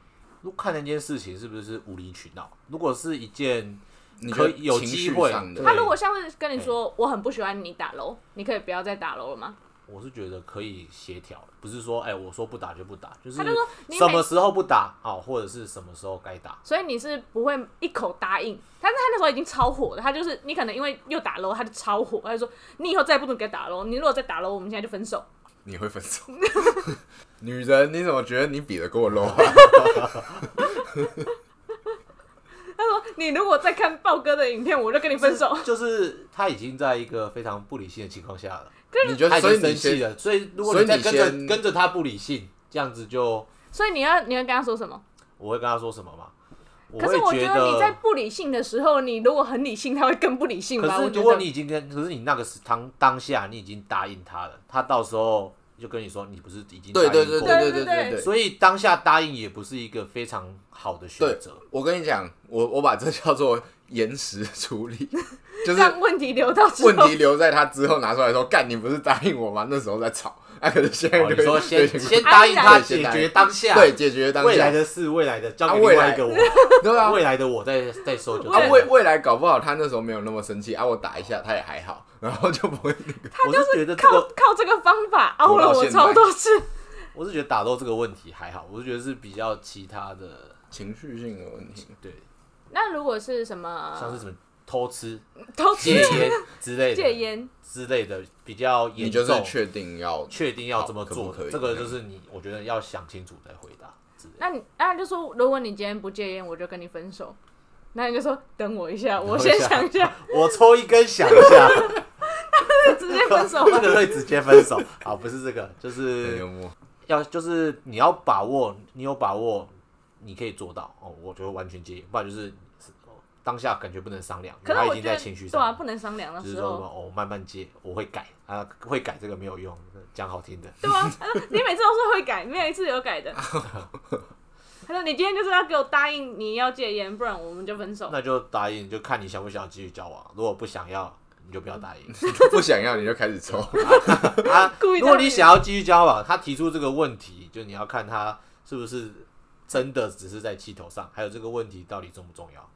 C: 如果看那件事情是不是无理取闹，如果是一件
A: 你
C: 可
A: 觉得
C: 以有
A: 情
C: 机
A: 绪
C: 会
A: 上的
C: 对
B: 她如果像是跟你说我很不喜欢你打楼，你可以不要再打楼了吗？
C: 我是觉得可以协调，不是说哎、我说不打就不打，就是
B: 他就说你每
C: 什么时候不打啊、哦或者是什么时候该打，
B: 所以你是不会一口答应，但是他那时候已经超火了，他就是你可能因为又打喽，他就超火，他就说你以后再也不准给打喽，你如果再打喽，我们现在就分手。
A: 你会分手。女人，你怎么觉得你比得过 low 啊？
B: 他说你如果再看豹哥的影片，我就跟你分手。
C: 就是他已经在一个非常不理性的情况下了，
A: 你觉
C: 他
A: 得？呃所
C: 已
A: 以
C: 经
A: 你
C: 生气
A: 先，
C: 了，所以如果
A: 所以
C: 再
A: 你
C: 跟着
A: 先
C: 跟着他不理性，这样子就
B: 所以你要你要跟他说什么？
C: 我会跟他说什么嘛？我
B: 可是我
C: 会觉
B: 得你在不理性的时候，你如果很理性，他会更不理性吧？
C: 可
B: 我
C: 是
B: 觉
C: 如果
B: 得
C: 你已经跟，可是你那个时当当下你已经答应他了，他到时候就跟你说你不是已经答
A: 对
C: 应
A: 对对
C: 过
A: 对
B: 对对
A: 对
B: 对
A: 对对。
C: 所以当下答应也不是一个非常好的选
A: 对
C: 择。
A: 我跟你讲，我我把这叫做延时处
B: [laughs]
A: 理，就是
B: 让问题留到之
A: 问
B: 后
A: 题，留在他之后拿出来说，干，你不是答应我吗？那时候在吵，啊，可是现在
C: 哦
A: 就
C: 你说
A: 有
C: 先
A: 点
C: 先答应他
A: 对先
C: 解
A: 答应
C: 决当下，
A: [laughs] 对，解决当
C: 未来
A: 下，
C: 的事，未来的交
A: 啊
C: 给
A: 未
C: 另外
A: 来
C: 一 [laughs] 个我，
A: 对啊，
C: 未来的我再再说就
A: 啊
C: 对了。
A: 未未来搞不好他那时候没有那么生气啊，我打一下他也还好，然后就不会那个。
C: 我是觉得这
B: 靠
C: 个，
B: 靠这个方法凹了
A: 我到
B: 我
A: 现在
B: 超多次。
C: 我是觉得打斗这个问题还好，我是觉得是比较其他的，
A: 情绪性的问题，
C: 对，
B: 那如果是什
C: 像
B: 么
C: 是什么偷吃、
B: 偷
C: 戒烟之类的、
B: 戒烟，
C: 之类的比较
A: 你
C: 严
A: 就
C: 重。
A: 是确定要
C: 确定要这么做
A: 好可不可以
C: 这个就是你，我觉得要想清楚再回答之类的。
B: 那你那就说，如果你今天不戒烟，我就跟你分手。那你就说等我一下，我
C: 我
B: 先
C: 一下
B: 想一
C: [laughs]
B: 下，
C: 我抽一根想一下，
B: 直接分手
C: 这
B: 吧。
C: 个会直接分手啊？不是这个，就
A: 很
C: 是
A: 幽默。
C: 要就是你要把握，你有把握，你可以做到哦。我觉得完全戒烟，不然就是当下感觉不能商量，
B: 可是
C: 他
B: 我
C: 已经
B: 觉
C: 在
B: 得
C: 情绪
B: 对啊，
C: 上，
B: 不能商量的
C: 就是
B: 时
C: 说什
B: 候，
C: 么哦，慢慢戒，我会改啊，会改这个没有用，讲好听的。
B: 对
C: [laughs]
B: 啊，他说你每次都说会改，没有一次有改的。他说你今天就是要给我答应你要戒烟，不然我们就分手。
C: 那就答应，就看你想不想继续交往。如果不想要，你就不要答
B: [laughs]
C: 应。
A: [laughs] 不想要你就开始抽，
C: 啊，
B: 故意
C: 如果
B: 在那
C: 你
B: 里
C: 想要继续交往，他提出这个问题，就你要看他是不是真的只是在气头上，还有这个问题到底重不重要。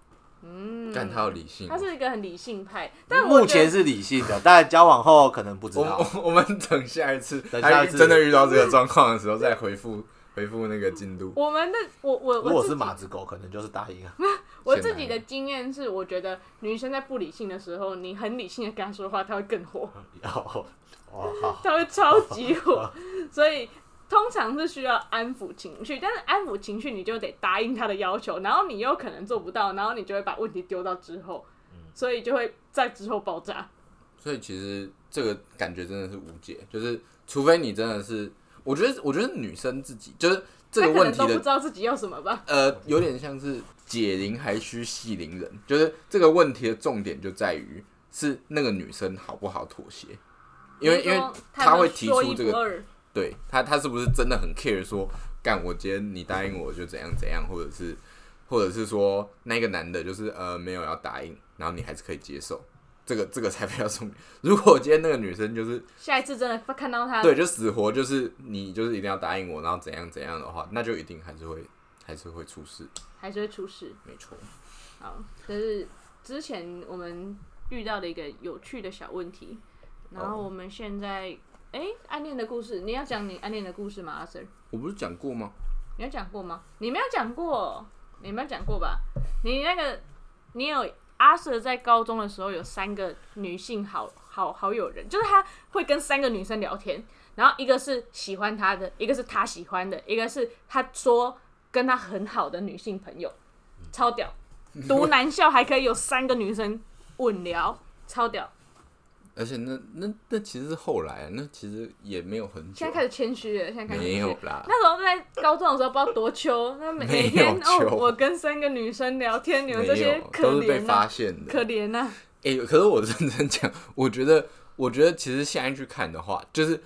A: 但他要理性
B: 嗯
A: 啊
B: 他。是一个很理性派，但我
C: 目
B: 觉
C: 前
B: 得
C: 是理性的， [laughs] 但交往后可能不知
A: 我
C: 道。
A: 我我们等下一次，
C: 等下
A: 他
C: 一次
A: 真的遇到这个状况的时候再回复回复那个进度。
B: 我们的我我
C: 如果
B: 我
C: 是
B: 自己
C: 马子狗，可能就是答应啊。
B: 我
A: 显
B: 自
A: 然
B: 己的经验是，我觉得女生在不理性的时候，你很理性的跟她说话，她会更火。
C: 然后， [laughs] 哦好，
B: 他会超级火，所以通常是需要安抚情绪，但是安抚情绪你就得答应他的要求，然后你又可能做不到，然后你就会把问题丢到之后，
A: 嗯
B: 所以就会在之后爆炸。
A: 所以其实这个感觉真的是无解，就是除非你真的是，我觉得我觉得女生自己就是这
B: 他
A: 个
B: 可
A: 问
B: 能
A: 题
B: 都不
A: 的
B: 知道自己要什么吧？
A: 呃，有点像是解铃还需系铃人，就是这个问题的重点就在于是那个女生好不好妥协，因为
B: 比
A: 因
B: 如
A: 为
B: 说他
A: 她
B: 们
A: 会提
B: 说
A: 出
B: 一
A: 这
B: 不
A: 个，
B: 二
A: 对她她是不是真的很 care 说，干我今天你答应我就怎样怎样，或者是或者是说那个男的就是呃没有要答应，然后你还是可以接受，这个这个才比较重点。如果今天那个女生就是
B: 下一次真的看到他，
A: 对，就死活就是你就是一定要答应我，然后怎样怎样的话，那就一定还是会还是会出事，
B: 还是会出事。
A: 没错。
B: 好，这是之前我们遇到的一个有趣的小问题。然
A: 哦
B: 后我们现在，哎、暗恋的故事，你要讲你暗恋的故事吗，阿 Sir？
A: 我不是讲过吗？
B: 你有讲过吗？你没有讲过，你没有讲过吧？你那个，你有阿 Sir 在高中的时候有三个女性好好好友人，就是他会跟三个女生聊天，然后一个是喜欢他的，一个是他喜欢的，一个是他说跟他很好的女性朋友，
A: 嗯
B: 超
A: [laughs]
B: 屌！读男校还可以有三个女生稳聊，超屌！
A: 而且那那那其实是后来，啊那其实也没有很久啊
B: 现在，开始谦虚了，现在开始谦
A: 没
B: 虚
A: 有啦。
B: [laughs] 那时候在高中的时候，不知道多秋，那每
A: 没有
B: 每天哦，
A: 秋
B: 我跟三个女生聊天，你们
A: 没
B: 这些
A: 有，
B: 可
A: 都是被
B: 怜
A: 发
B: 啊，
A: 现的。
B: 可怜啊，
A: 哎、可是我认真讲，我觉得，我觉得其实现在去看的话，就是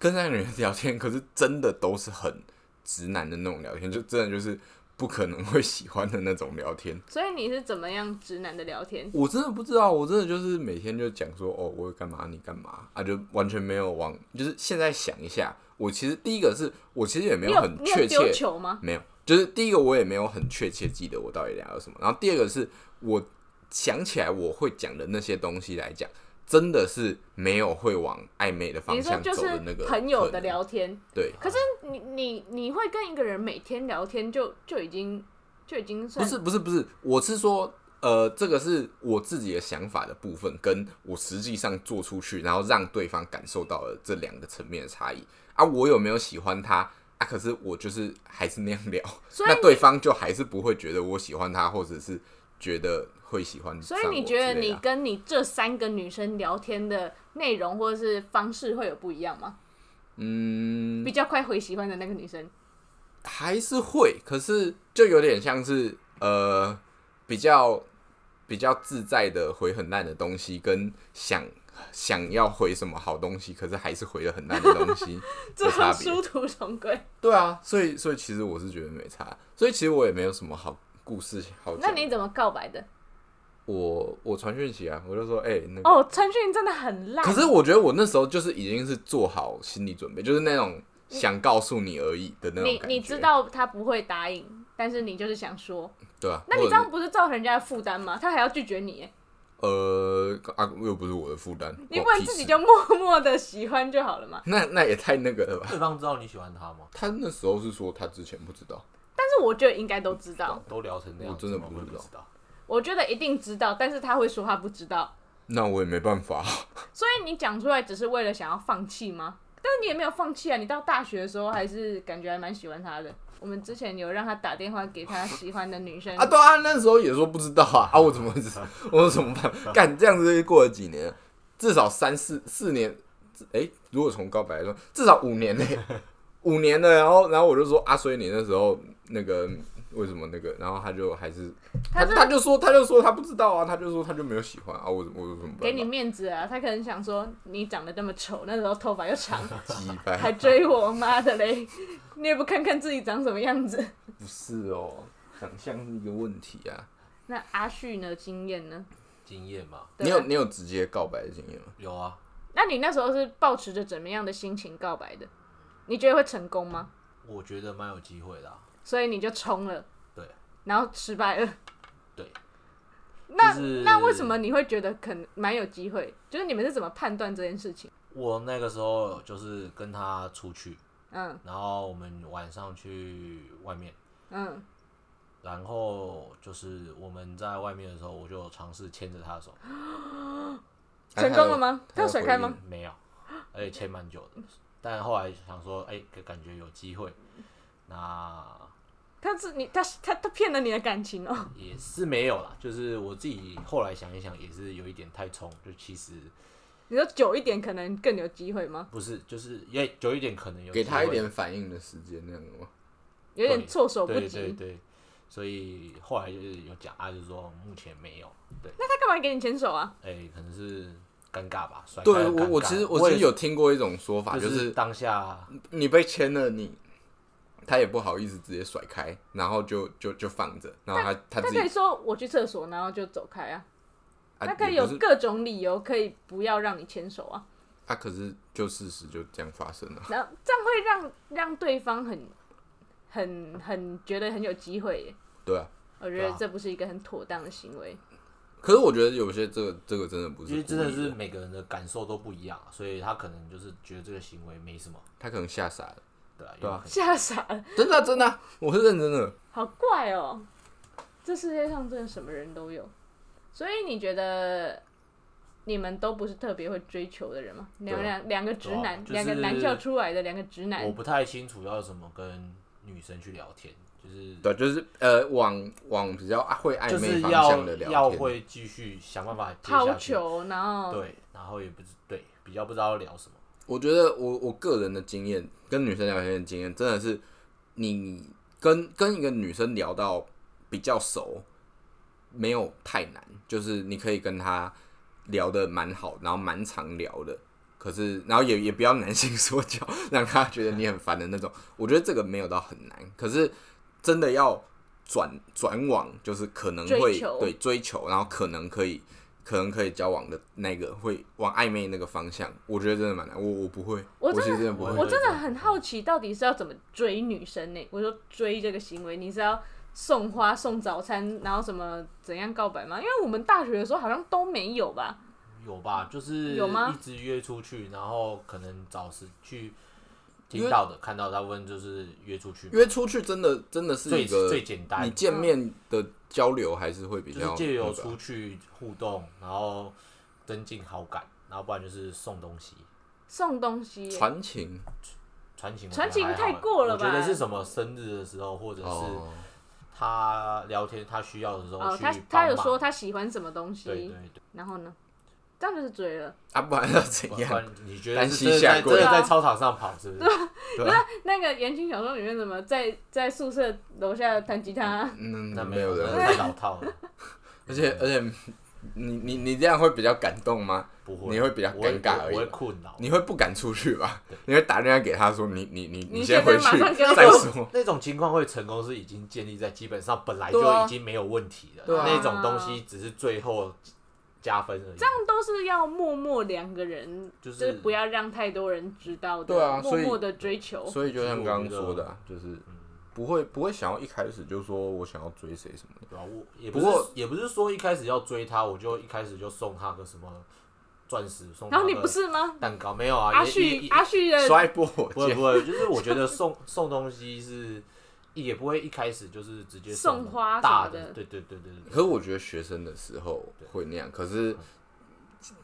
A: 跟那个人聊天，可是真的都是很直男的那种聊天，就真的就是不可能会喜欢的那种聊天。
B: 所以你是怎么样直男的聊天？
A: 我真的不知道，我真的就是每天就讲说，哦，我干嘛，你干嘛啊，就完全没有往，就是现在想一下，我其实第一个是我其实也没
B: 你
A: 有很
B: 你有
A: 确
B: 丢
A: 切，
B: 球吗？
A: 没有，就是第一个我也没有很确切记得我到底聊了什么。然后第二个是我想起来我会讲的那些东西来讲，真的是没有会往暧昧的方
B: 你说
A: 向
B: 就
A: 走
B: 是
A: 的那个
B: 朋友
A: 可
B: 的
A: 能
B: 聊天，
A: 对，
B: 可是你你你会跟一个人每天聊天就，就已经就已经
A: 不
B: 算
A: 是不是不是，我是说。呃，这个是我自己的想法的部分，跟我实际上做出去，然后让对方感受到了这两个层面的差异啊。我有没有喜欢他啊？可是我就是还是那样聊，
B: 所以
A: 那
B: 你
A: 对方就还是不会觉得我喜欢他，或者是觉得会喜欢上
B: 所
A: 我之类的啊。
B: 以你觉得你跟你这三个女生聊天的内容或者是方式会有不一样吗？
A: 嗯，
B: 比较快回喜欢的那个女生，
A: 还是会，可是就有点像是呃，比较比较自在的回很烂的东西，跟想想要回什么好东西，可是还是回了很烂的东
B: [laughs]
A: 西
B: 这
A: 的
B: 种
A: 差别。
B: 殊途同归。
A: 对啊，所以所以其实我是觉得没差，所以其实我也没有什么好故事好
B: 那
A: 讲。
B: 你怎么告白的？
A: 我我传讯息啊，我就说哎、那个。
B: 哦，陈讯真的很烂。
A: 可是我觉得我那时候就是已经是做好心理准备，就是那种想告诉你而已的那种
B: 你
A: 感觉。
B: 你知道他不会答应，但是你就是想说，
A: 对啊？
B: 那你
A: 或
B: 这
A: 者
B: 样不是造成人家的负担吗？他还要拒绝你耶，
A: 呃啊，又不是我的负担，
B: 你
A: 关
B: 不
A: 我
B: 能
A: 屁
B: 自己
A: 事
B: 就默默的喜欢就好了嘛。
A: 那那也太那个了吧？
C: 对方知道你喜欢他吗？
A: 他那时候是说他之前不知道，
B: 但是我觉得应该都知道，
C: 都聊成那样，
A: 我真的
C: 怎么会
A: 不
C: 不
A: 知道
C: 知道。
B: 我觉得一定知道，但是他会说他不知道，
A: 那我也没办法。啊
B: 所以你讲出来只是为了想要放弃吗？但是你也没有放弃啊，你到大学的时候还是感觉还蛮喜欢他的。我们之前有让他打电话给他喜欢的女生
A: 啊，对啊，那时候也说不知道啊，啊，我怎么会知我怎么办？干这样子过了几年，至少三四四年，哎、如果从告白来说，至少五年嘞、五年了。然后，然后我就说啊，所以你那时候那个为什么那个？然后他就还是他
B: 他真的
A: 他就说他就说他不知道啊，他就说他就没有喜欢啊，我我有什么办法？
B: 给你面子啊，他可能想说你长得这么丑，那时候头发又长，
A: 鸡
B: [laughs] 还
A: 掰，
B: 追我，妈的嘞！你也不看看自己长什么样子。
A: 不是哦，想象是一个问题啊。
B: 那阿旭呢？经验呢？
C: 经验嘛，
B: 对啊
A: 你
B: 吧
A: 有你有直接告白的经验吗？
C: 有啊，
B: 那你那时候是抱持着怎么样的心情告白的？你觉得会成功吗？
C: 我觉得蛮有机会的啊、
B: 所以你就冲了，
C: 对，
B: 然后失败了。
C: 对，
B: 那、
C: 就是
B: 那为什么你会觉得可能蛮有机会？就是你们是怎么判断这件事情？
C: 我那个时候就是跟他出去，
B: 嗯
C: 然后我们晚上去外面，
B: 嗯，
C: 然后就是我们在外面的时候，我就尝试牵着他的手，哎
B: 成功了吗
A: 他有
B: 他有甩开吗
A: 回应
C: 没有，而且牵蛮久的，但后来想说，哎、感觉有机会，那
B: 他是你他他他骗了你的感情哦、 [laughs]
C: 也是没有啦，就是我自己后来想一想，也是有一点太冲，就其实
B: 你说久一点可能更有机会吗？
C: 不是，就是也有一点可能有
A: 给他
C: 机
A: 一
C: 会
A: 点反应的时间那样的吗？
B: 有点
C: 对
B: 措手不
C: 对
B: 及。
C: 对对，所以后来就是有讲，他就说目前没有，对，
B: 那他干嘛给你牵手啊？
C: 哎、可能是尴尬吧，甩开
A: 对
C: 了
A: 我，
C: 尴
A: 我
C: 尬
A: 其实
C: 我
A: 我其
C: 也
A: 实有听过一种说法，
C: 就
A: 就是是
C: 当下
A: 你被签了你，他也不好意思直接甩开，然后就就就放着，然后他他
B: 他
A: 自
B: 可以
A: 己
B: 说我去厕所，然后就走开啊。
A: 啊
B: 他可以
A: 也
B: 有
A: 不是
B: 各种理由可以不要让你牵手
C: [laughs]
B: 啊，
A: 啊，可是就事实就这样发生了。
B: 然后这样会让让对方很很很觉得很有机会耶。
A: 对啊，
B: 我觉
C: 对
B: 得
C: 啊
B: 这不是一个很妥当的行为。 [laughs]
A: 可是我觉得有些这个这个真的不是
C: 因
A: 故
C: 为
A: 意，
C: 真的是每个人的感受都不一样啊，所以他可能就是觉得这个行为没什么，
A: 他可能吓傻了，
C: 对啊，
A: 对啊
C: 有可能
B: 吓傻了，
A: 真的啊、真的啊、我是认真的。
B: 好怪哦、这世界上真的什么人都有。所以你觉得你们都不是特别会追求的人吗？
A: 对
B: 两
A: 啊
B: 两两个直
C: 对啊
B: 男，
C: 就是
B: 两个男校出来的两个直
C: 我
B: 男，
C: 不太清楚要怎么跟女生去聊天，就是
A: 对，就是呃，往往比较啊会暧
C: 就是
A: 昧方
C: 要
A: 向的聊天，
C: 要会继续想办法接
B: 抛
C: 下去，
B: 球，然后
C: 对，然后也不知对比较不知道要聊什么，
A: 我觉得我我个人的经验，跟女生聊天的经验，真的是你跟跟一个女生聊到比较熟，没有太难，就是你可以跟她聊的蛮好，然后蛮常聊的。可是，然后也也不要男性说教，让她觉得你很烦的那种。我觉得这个没有到很难，可是真的要转转往，就是可能会
B: 追求
A: 对追求，然后可能可以可能可以交往的那个会往暧昧那个方向，我觉得真的蛮难。我我不会，
B: 我
A: 我
B: 真的
A: 其实真的不会。
B: 我真的很好奇，到底是要怎么追女生呢、我说追这个行为，你是要送花、送早餐，然后什么怎样告白吗？因为我们大学的时候好像都没有吧。
C: 有吧？就是
B: 有吗
C: 一直约出去，然后可能找时去听到的、看到的大部分就是约出去嘛，
A: 约出去真的真的是
C: 最
A: 一个
C: 最简单
A: 你见面的交流还是会比
C: 就是
A: 较
C: 借由
A: 那个啊
C: 出去互动，然后增进好感，然后不然就是送东西。
B: 送东西耶、
A: 传情
C: 传情我觉
B: 传
C: 得
B: 情
C: 还好
B: 太过了吧
C: 我觉得是什么生日的时候，或者是
A: 哦，
C: 他聊天他需要的时候
B: 哦，
C: 去
B: 他
C: 帮忙
B: 他有说他喜欢什么东西，
C: 对对对，
B: 然后呢，这样就是追了。
A: 啊，不然要怎
C: 不
A: 样？
C: 然你觉得
A: 单
C: 是
A: 膝
C: 真的
A: 下
C: 在真
A: 跪
C: 的
B: 对
C: 在
B: 啊
C: 操场上跑是不是？
A: 对啊，
B: 那个言情小说里面怎么在在宿舍楼下弹吉他？
A: 嗯
C: 那，
A: 没
C: 没
A: 有
C: 那
A: 人会，
C: 太老套了，
A: 而且而且你你你这样会比较感动吗？
C: 不会，
A: 你会比较
C: 我会
A: 尴尬而已
C: 我会困扰。
A: 你会不敢出去吧？你会打电话给他说你你你
B: 你
A: 先
B: 现在
A: 回去
B: 马上给我
A: 再说。
C: 那种情况会成功，是已经建立在基本上本来就
A: 对啊
C: 已经没有问题了。
A: 对啊
C: 那种东西只是最后加分而已。
B: 这样都是要默默两个人，
C: 就
B: 就是不要让太多人知道的，
A: 对啊
B: 默
A: 所以
B: 默的追求。
A: 所以就像刚刚说的啊，就是
C: 嗯
A: 不会不会想要一开始就说我想要追谁什么的。
C: 对啊，我也
A: 不
C: 不是
A: 过
C: 也不是说一开始要追他，我就一开始就送他个什么钻石，送他
B: 然后你
C: 个
B: 不是吗？
C: 蛋糕没有啊？
B: 阿
C: 也也
B: 旭
C: 也
B: 阿旭
C: [laughs]
B: 的
A: 摔破我
C: 不会
A: 剑
C: 不会，就是我觉得送 [laughs] 送东西是也不会一开始就是直接
B: 送花
C: 大
B: 什么的
C: 对对对对对。
A: 可是我觉得学生的时候会那样，可是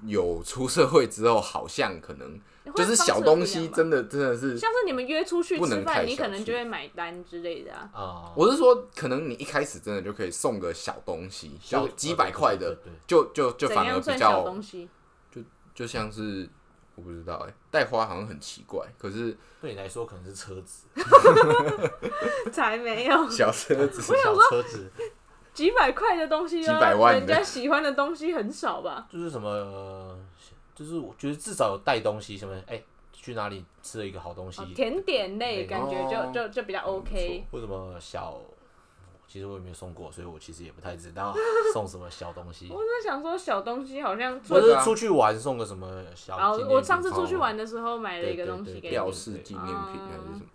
A: 有出社会之后，好像可能就是小东西，
B: 会
A: 真的真的是，
B: 像是你们约出去
A: 不能
B: 吃
A: 太
B: 饭，
A: 小
B: 你可能
A: 气
B: 就会买单之类的啊。
C: 啊，
A: 我是说，可能你一开始真的就可以送个小东西，
C: 小
A: 就几百块的
C: 对对对，
A: 就就就
B: 怎
A: 反而
B: 样
A: 比
B: 算小
A: 较
B: 东西？ [laughs]
A: 就像是我不知道哎、带花好像很奇怪，可
B: [laughs]
A: 是
C: 对你来说可能是车子，
B: 才没有
A: 小车子
C: 小车子
B: 几百块的东西、啊，
A: 几百万的
B: 人家喜欢的东西很少吧？
C: 就是什么，呃就是我觉得至少有带东西什么，哎、去哪里吃了一个好东西，
B: 哦甜点类
C: 哦
B: 感觉就就就比较 OK。
C: 为什么小？其实我也没有送过，所以我其实也不太知道送什么小东西
B: [laughs] 我。是想说小东西好像除
C: 或
B: 了，
A: 啊
C: 者是出去玩送个什么小
B: 然后
C: 纪念品？
B: 我上次出去玩的时候买了一个
C: 对对
B: 东西
C: 对
B: 给
A: 表
B: 你。
A: 示纪念品还是什么？
B: 嗯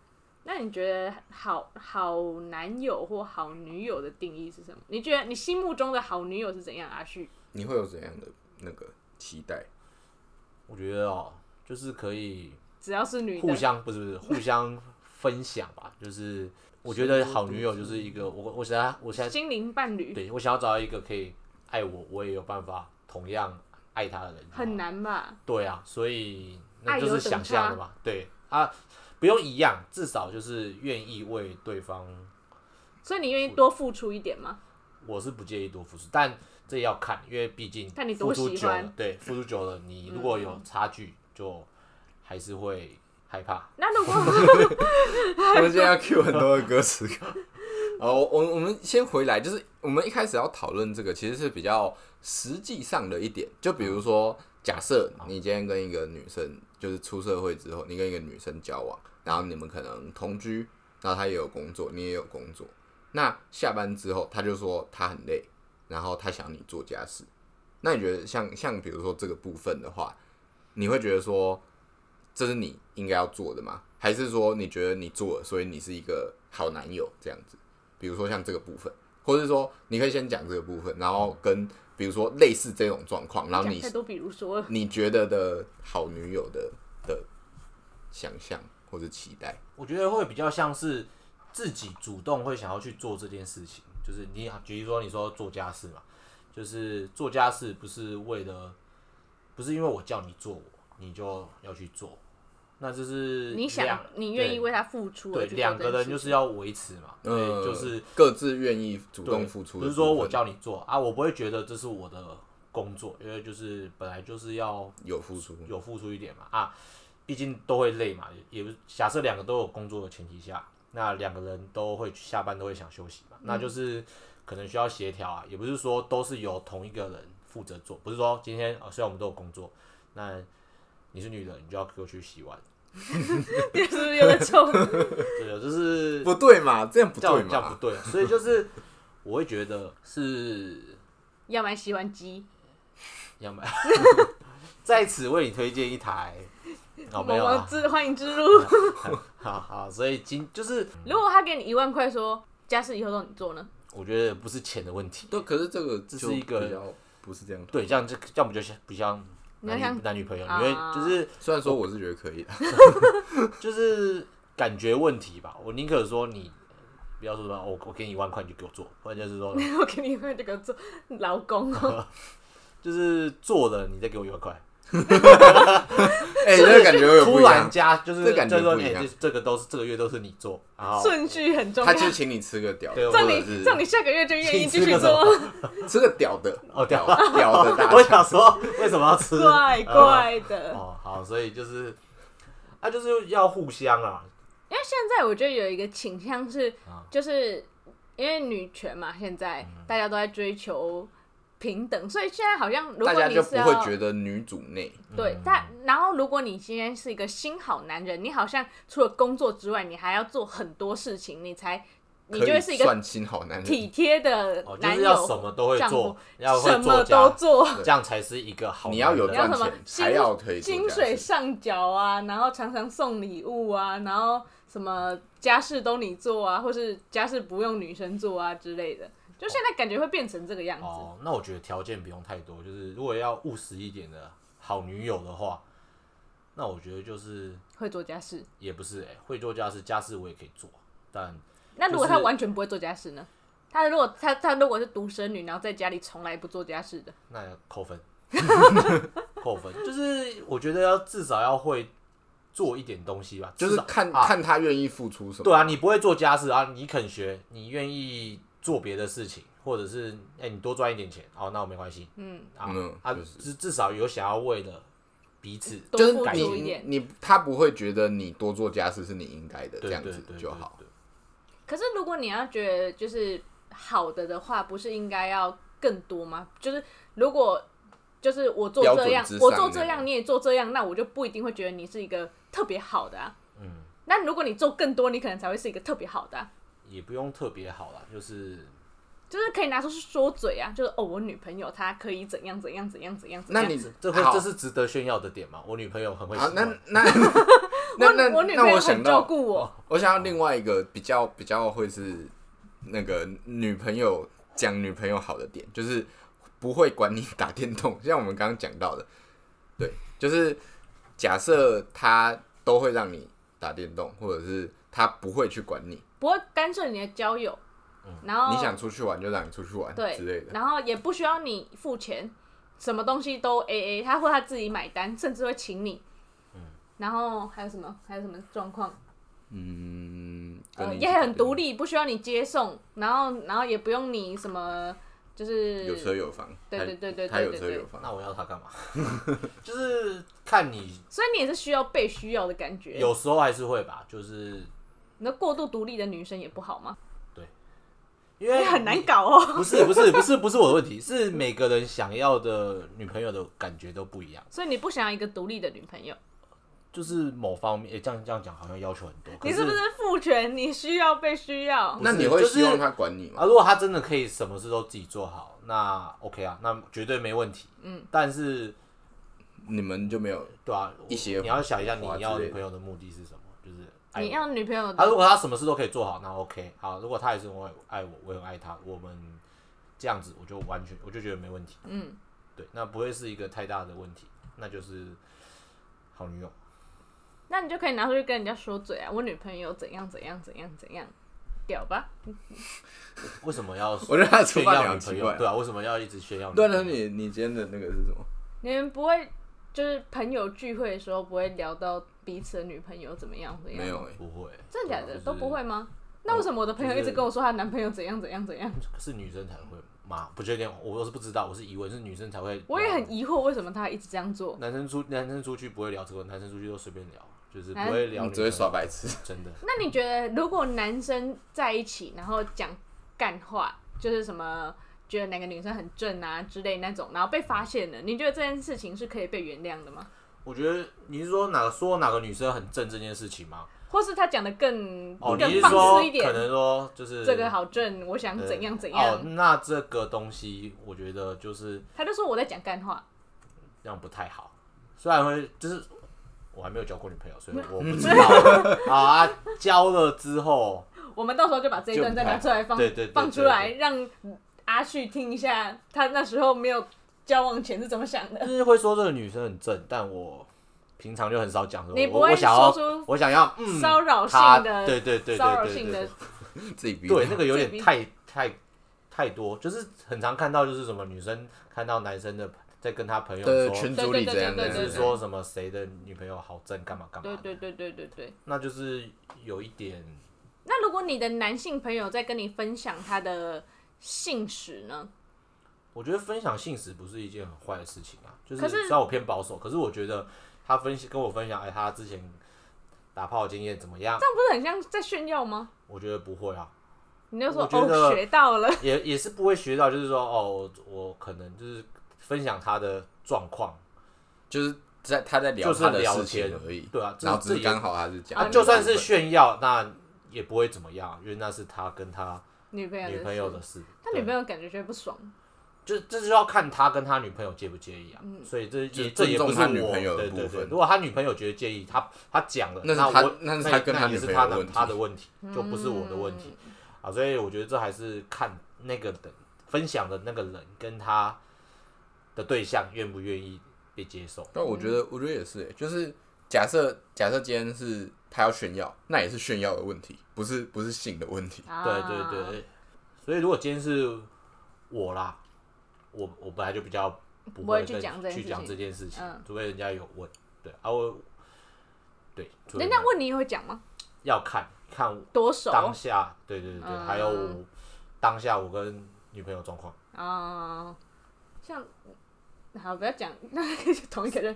B: 那你觉得好好男友或好女友的定义是什么？你觉得你心目中的好女友是怎样？啊阿旭，
A: 你会有怎样的那个期待？
C: 我觉得哦、就是可以
B: 只要是女的，
C: 互相不是不是互相分享吧，就是我觉得好女友就是一个我我想要我现在
B: 心灵伴侣
C: 对我想要找到一个可以爱我，我也有办法同样爱他的人，
B: 很难吧？
C: 对啊，所以那
B: 爱
C: 就
B: 有
C: 是
B: 等
C: 想象
B: 差
C: 的嘛。对啊，不用一样，至少就是愿意为对方，
B: 所以你愿意多付出一点吗？
C: 我是不介意多付出，但这也要看，因为毕竟
B: 看你
C: 付
B: 多
C: 出
B: 喜
C: 久了
B: 欢，嗯
C: 对，付出久了，你如果有差距，就还是会害怕。
B: 那如果
A: [laughs] 我们今天要 Q 很多的歌词。 [laughs] 好，我我我们先回来，就是我们一开始要讨论这个，其实是比较实际上的一点。就比如说，假设你今天跟一个女生，就是出社会之后，你跟一个女生交往，然后你们可能同居，然后她也有工作，你也有工作。那下班之后，她就说她很累，然后她想你做家事。那你觉得像像比如说这个部分的话，你会觉得说这是你应该要做的吗？还是说你觉得你做了，所以你是一个好男友这样子？比如说像这个部分，或者说你可以先讲这个部分，然后跟比如说类似这种状况，然后
B: 讲
A: 你
B: 太多，比如说，
A: 你觉得的好女友的的想象或者期待，
C: 我觉得会比较像是自己主动会想要去做这件事情，就是你举例说你说做家事嘛，就是做家事不是为了，不是因为我叫你做我，你就要去做，那就是
B: 你
C: 两
B: 想，你愿意为他付出
C: 对
B: 而去做
C: 两个
B: 这件
C: 人
B: 事
C: 就是要维持嘛，所以
A: 呃，
C: 就是
A: 各自愿意主
C: 对
A: 动付出的部分，
C: 不是说我叫你做啊，我不会觉得这是我的工作，因为就是本来就是要
A: 有付出，
C: 有付出一点嘛啊，毕竟都会累嘛，也也不是假设两个都有工作的前提下，那两个人都会下班都会想休息
A: 嗯
C: 嘛，那就是可能需要协调啊，也不是说都是由同一个人负责做，不是说今天啊、呃虽然我们都有工作，那你是女的，你就要给我去洗碗，
B: 情 [laughs] 是不是有点臭？
C: 对的，就是
A: 不对嘛？这样不
C: 这样
A: 对
C: 这样不
A: 嘛？
C: 对，啊所以就是我会觉得是
B: 要买洗碗机，
C: 要
A: [laughs]
C: 买，在此为你推荐一台。 [laughs] 哦，没有
B: 我
C: 啊，
B: 自欢迎之路。
C: 好好，所以今就是
B: [laughs] 如果他给你一万块，说家事以后都你做呢？
C: 我觉得不是钱的问题，
A: 对，可是这个这
C: 是一个
A: 比较不是这样。
C: 对，这样就这样不就像不像
B: 你要
C: 男
B: 像
C: 女男女朋友，
B: 啊
C: 因为就是
A: 虽然说我是觉得可以的，
C: 就是感觉问题吧。我宁可说你不要说什么，哦我我给你一万块你就给我做，或者就
B: [laughs]
C: 是说
B: [laughs] 我给你一万这个做劳工
C: [laughs]
B: 哦，
C: 就是做了你再给我一万块，
A: [laughs] 哎，这个感觉有
C: [laughs] 突
A: 不一样
C: 然。加就是
A: 这感觉
C: 就说
A: 不一
C: 哎
A: 样
C: 这这个都是这个月都是你做，然后
B: 顺序很重要
A: 他。就请你吃个屌，
C: 对
A: 的，
C: 我
A: 或
B: 让
A: 者
B: 你让你
A: 是
B: 下个月就愿意
C: 请
B: 继
C: 吃
B: 续
C: 个什
B: 做，
A: 吃个屌的，
C: 哦
A: 屌
C: 屌，
A: 屌
B: [laughs]
A: 的大
C: 我
A: 肠，
C: 想说为什么要 [laughs] 吃？呃
B: 怪怪的。
C: 哦，好，所以就是啊，就是要互相啊，
B: 因为现在我觉得有一个倾向是
C: 啊，嗯
B: 就是因为女权嘛，现在大家都在追求平等，所以现在好像如
A: 大
B: 果
A: 家
B: 你
A: 就是不
B: 要
A: 会觉得女主内，
C: 嗯
B: 对，但然后如果你今天是一个新好男人，你好像除了工作之外，你还要做很多事情，你才你就
A: 可以
B: 会是一个
A: 算亲好男
B: 体
A: 人。
B: 贴的
C: 哦，就
B: 男
C: 是
B: 友，
C: 要什么都会
B: 丈
C: 做
B: 夫，
C: 要会
B: 什
C: 做
B: 么
C: 家
B: 都做，
C: 这样才是一个好男
A: 你
C: 人。
A: 要有
B: 你要
A: 赚
B: 什么
A: 钱，
B: 薪
A: 才要可以做
B: 薪
A: 家
B: 水
A: 事
B: 上缴啊，然后常常送礼物啊，然后什么家事都你做啊，或是家事不用女生做啊之类的，就现在感觉会变成这个样子。
C: 哦，那我觉得条件不用太多，就是如果要务实一点的好女友的话，那我觉得就是
B: 会做家事，
C: 也不是、欸、会做家事，家事我也可以做，但
B: 那如果
C: 就是
B: 她完全不会做家事呢？她如果她她如果是独生女，然后在家里从来不做家事的，
C: 那要扣分， [laughs] 扣分，就是我觉得要至少要会做一点东西吧，
A: 就
C: 至
A: 是
C: 少
A: 看
C: 啊
A: 看他愿意付出什么。
C: 对啊，你不会做家事啊，你肯学，你愿意做别的事情，或者是哎、你多赚一点钱，哦，那我没关系，嗯啊
A: 嗯
C: 啊，
A: 就是
C: 至至少有想要为了彼此，
B: 多
A: 就是
B: 付出一
A: 你
B: 点。
A: 你他不会觉得你多做家事是你应该的，这
C: 对
A: 样
C: 对
A: 子
C: 对
A: 就
C: 对
A: 好。
C: 对
B: 可是如果你要觉得就是好的的话，不是应该要更多吗？就是如果就是我做
A: 标准
B: 这样
A: 之，上
B: 我做这
A: 那
B: 样，
A: 样
B: 你也做这样，那我就不一定会觉得你是一个特别好的啊。嗯。那如果你做更多，你可能才会是一个特别好的啊、
C: 也不用特别好啦，就是
B: 就是可以拿出去说嘴啊，就是哦，我女朋友她可以怎样怎样怎样怎样怎
A: 那
B: 样。
A: 你
C: 这会
A: 好
C: 这是值得炫耀的点嘛？我女朋友很会洗
A: 好，那
C: 碗，
A: 那那那
B: 我我女
A: 那
B: 朋友
A: 我
B: 很
A: 想
B: 照
A: 到，哦
B: 顾我，
A: 我想到另外一个比较比较会是那个女朋友讲女朋友好的点，就是不会管你打电动，像我们刚刚讲到的，对，就是假设他都会让你打电动，或者是他不会去管你，
B: 不会干涉你的交友。然后
A: 嗯你想出去玩就让你出去玩
B: 哦对
A: 啊之类的。
B: 然后也不需要你付钱，什么东西都 A A，他或他自己买单，甚至会请你。然后还有什么？还有什么状况？
A: 嗯，跟
B: 呃，
A: 你
B: 也很独
A: 立，
B: 立，不需要你接送，然后然后也不用你什么，就是
A: 有车有房，
B: 对对对对
A: 他他有
B: 对
A: 车
B: 对
A: 有
B: 对
A: 房，
C: 那我要她干
A: [laughs]
C: 嘛？就是看你
B: 所以你也是需要被需要的感觉。
C: 有时候还是会吧，就是
B: 那过度独立的女生也不好
A: [laughs]
B: 吗？
C: 因为
B: 也很难搞哦。
C: 不是不是不是不是我的问题，是每个人想要的女朋友的感觉都不一样，
B: 所以你不想要一个独立的女朋友，
C: 就是某方面，诶这样这样讲好像要求很多，可
B: 你是不是父权？你需要被需要？
A: 那你
C: 不是
A: 会
C: 就是
A: 希望他管你吗
C: 啊，？如果他真的可以什么事都自己做好，那 OK 啊，那绝对没问题。嗯，但是
A: 你们就没有
C: 对啊，
A: 一些
C: 你要想一下
A: 火花
C: 你
A: 之
C: 要
A: 类
C: 女
A: 的
C: 朋友的目的是什么，就是爱
B: 你
C: 我。
B: 要女朋友
C: 他、
B: 的
C: 啊如果他什么事都可以做好，那 OK。好，如果他也是我爱我，我也很爱他，我们这样子我就完全我就觉得没问题。嗯，对，那不会是一个太大的问题，那就是好女友。
B: 那你就可以拿出去跟人家说嘴啊，我女朋友怎样怎样怎样怎样，屌吧？
C: 为什么要
A: [laughs] 我觉得他的出
C: 炫
A: 发
C: 耀
A: 点
C: 女
A: 很奇
C: 朋
A: 怪
C: 友？对啊，为什么要一直炫耀女
A: 对
C: 朋友？
A: 了，那你你今天的那个是什么？
B: 你们不会就是朋友聚会的时候不会聊到彼此的女朋友怎么样怎
A: 没
B: 样，
A: 有哎、
C: 不会，啊
B: 真的假的、
C: 就是
B: 都不会吗？那为什么我的朋友一直跟我说她男朋友怎样怎样怎样？
C: 是女生才会吗？不确定，我都是不知道，我是疑问，是女生才会。啊
B: 我也很疑惑，为什么她一直这样做？
C: 男生出男生出去不会聊这个，男生出去都随便聊，就是
B: 男
C: 不会聊
A: 你
C: 女
A: 只
C: 生。
A: 会耍白痴。
C: 真的，
B: 那你觉得，如果男生在一起，然后讲干话，就是什么觉得哪个女生很正啊之类那种，然后被发现了，你觉得这件事情是可以被原谅的吗？
C: 我觉得你是说哪个说哪个女生很正这件事情吗？
B: 或是他讲的更、
C: 哦，你
B: 更
C: 是
B: 放
C: 说
B: 肆一点
C: 可？能说就是
B: 这个好正，我想怎样怎样。
C: 哦，那这个东西我觉得就是
B: 他就说我在讲干话，
C: 这样不太好，虽然会就是我还没有交过女朋友，所以我不知道 [laughs] 好啊。交了之后，
B: 我们到时候就把这一段再拿出来放，
C: 对对对对
B: 放出来，让阿旭听一下，他那时候没有交往前是怎么想的。
C: 就是会说这个女生很正，但我平常就很少讲说，
B: 你不
C: 我
B: 会
C: 我想
B: 说
C: 要
B: 出
C: 我想要嗯
B: 骚扰性
C: 她
B: 的
C: 对对对对
B: 骚扰
C: 对
B: 性
C: 对
B: 的
C: 对，
A: 自己逼的
C: 对那个有
B: 这
C: 点
B: 边
C: 太太太多，就是很常看到就是什么女生看到男生的在跟他朋友
A: 对
C: 说，
A: 群组里这样
B: 对
A: 的，
B: 对
C: 就
B: 对
C: 是说什么谁的女朋友好正干嘛干嘛
B: 对
C: 的，
B: 对对对对对。
C: 那就是有一点
B: 那如果你的男性朋友在跟你分享他的性史呢？
C: 我觉得分享信使不是一件很坏的事情啊，就是
B: 可是
C: 虽然我偏保守，可是我觉得他分析跟我分享，哎，他之前打炮的经验怎么样
B: 这？样不是很像在炫耀吗？
C: 我觉得不会啊，
B: 你就说
C: 我觉得
B: 哦，学到了， [laughs]
C: 也也是不会学到，就是说哦，我我可能就是分享他的状况，
A: 就是在他在聊
C: 就是
A: 他的
C: 聊
A: 事
C: 天
A: 情而已，
C: 对啊，
A: 然后只
C: 这
A: 是
C: 这也
A: 刚好他是讲
C: 啊，
A: 的那个部分，
C: 就算是炫耀，那也不会怎么样，因为那是他跟他
B: 女朋友
C: 女
B: 的
C: 朋
B: 事
C: 友的事。
B: 啊他
C: 对
B: 女朋友感觉就会不爽。
C: 就这就要看他跟他女朋友介不介意啊，
B: 嗯
C: 所以这
A: 就是
C: 也这也不
A: 尊重
C: 是
A: 他
C: 我
A: 女朋友的
C: 对
A: 部
C: 对对，
A: 分
C: 如果他女朋友觉得介意，他他讲了，
A: 那
C: 那
A: 是他
C: 我
A: 那是
C: 那
A: 他跟他
C: 那也是
A: 女朋友
C: 他
A: 的问题
C: 他的问题就不是我的问题
B: 嗯
C: 啊，所以我觉得这还是看那个人分享的那个人跟他的对象愿不愿意被接受，
A: 但我觉得，我觉得也是欸，就是假设假设今天是他要炫耀，那也是炫耀的问题，不是不是性的问题。
B: 啊
C: 对对，对，所以如果今天是我啦，我我本来就比较不
B: 不会
C: 会
B: 去
C: 跟
B: 讲这件
C: 去
B: 事
C: 讲
B: 情
C: 这件事情
B: 嗯，
C: 除非人家有问，对啊我。对，除非
B: 人家问你也会讲吗？
C: 要看看
B: 多熟
C: 当下，对对对对，
B: 嗯
C: 还有我当下我跟女朋友状况，
B: 啊？像好，不要讲，那个就同一个人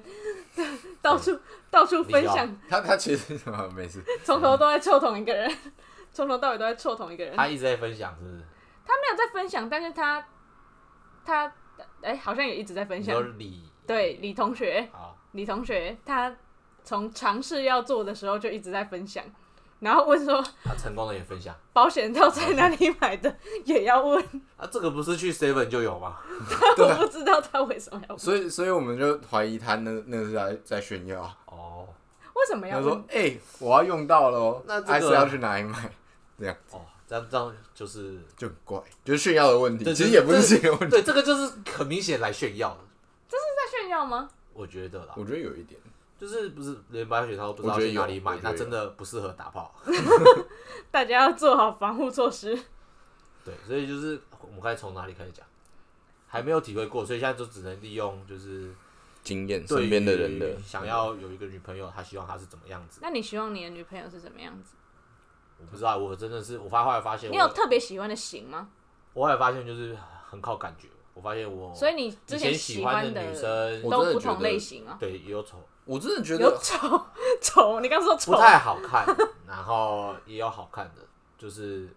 B: 到处到处分享，
A: 他他其实啊没事，
B: 从头都在臭同一个人，从头到尾都在臭同一个人。
C: 她一直在分享，是不是？
B: 他没有在分享，但是他他哎、好像也一直在分
C: 你说
B: 享。
C: 理啊
B: 对，李同学，
C: 好，
B: 李同学，他从尝试要做的时候就一直在分享，然后问说
C: 她成功的也分享
B: 保险套在哪里买的，也要问，
C: 啊，这个不是去 seven 就有吗？
B: 我不知道他为什么要问，
A: 所以所以我们就怀疑他那那是在在炫耀啊。
C: 哦
B: 为什么
A: 他
B: 要
A: 说
B: 问？：“
A: 哎、我要用到了哦，
C: 那这个
A: 还是要去哪里买？”
C: 哦，这样这样就是，
A: 就很怪，就是炫耀的问题。
C: 对
A: 其实也不是
C: 这
A: 性的问题，
C: 对，这个就是很明显来炫耀的，
B: 是在炫耀吗？
C: 我觉得啦，
A: 我觉得有一点，
C: 就是不是连白雪涛不知道
A: 我觉得
C: 去哪里
A: 有
C: 买
A: 我，觉
C: 那
A: 得
C: 真的不适合打炮。
B: 大家要做好防护措施。
C: 对，所以就是我们该从哪里开始讲？还没有体会过，所以现在就只能利用就是
A: 经验
C: 对
A: 身边的人的
C: 于想要有一个女朋友，他希望她是怎么样子？
B: 那你希望你的女朋友是什么样子？
C: 我不知道，我真的是我发后来发现
B: 你有
C: 我，
B: 特别喜欢的型吗？
C: 我后来发现就是很靠感觉。我发现
A: 哦
C: 我
B: 所以你之
C: 以
B: 前
C: 前
B: 喜
C: 喜
B: 欢
C: 欢
B: 的
C: 女生，
A: 我
B: 都
A: 真的
B: 不
A: 觉
B: 同
A: 得
B: 类型啊、
C: 对也
A: [laughs]
C: 有丑，
A: 我真的觉
B: 有啊
A: 得
B: 丑 [laughs] 丑，你刚说丑
C: 不，太好看，然后也有好看的，就是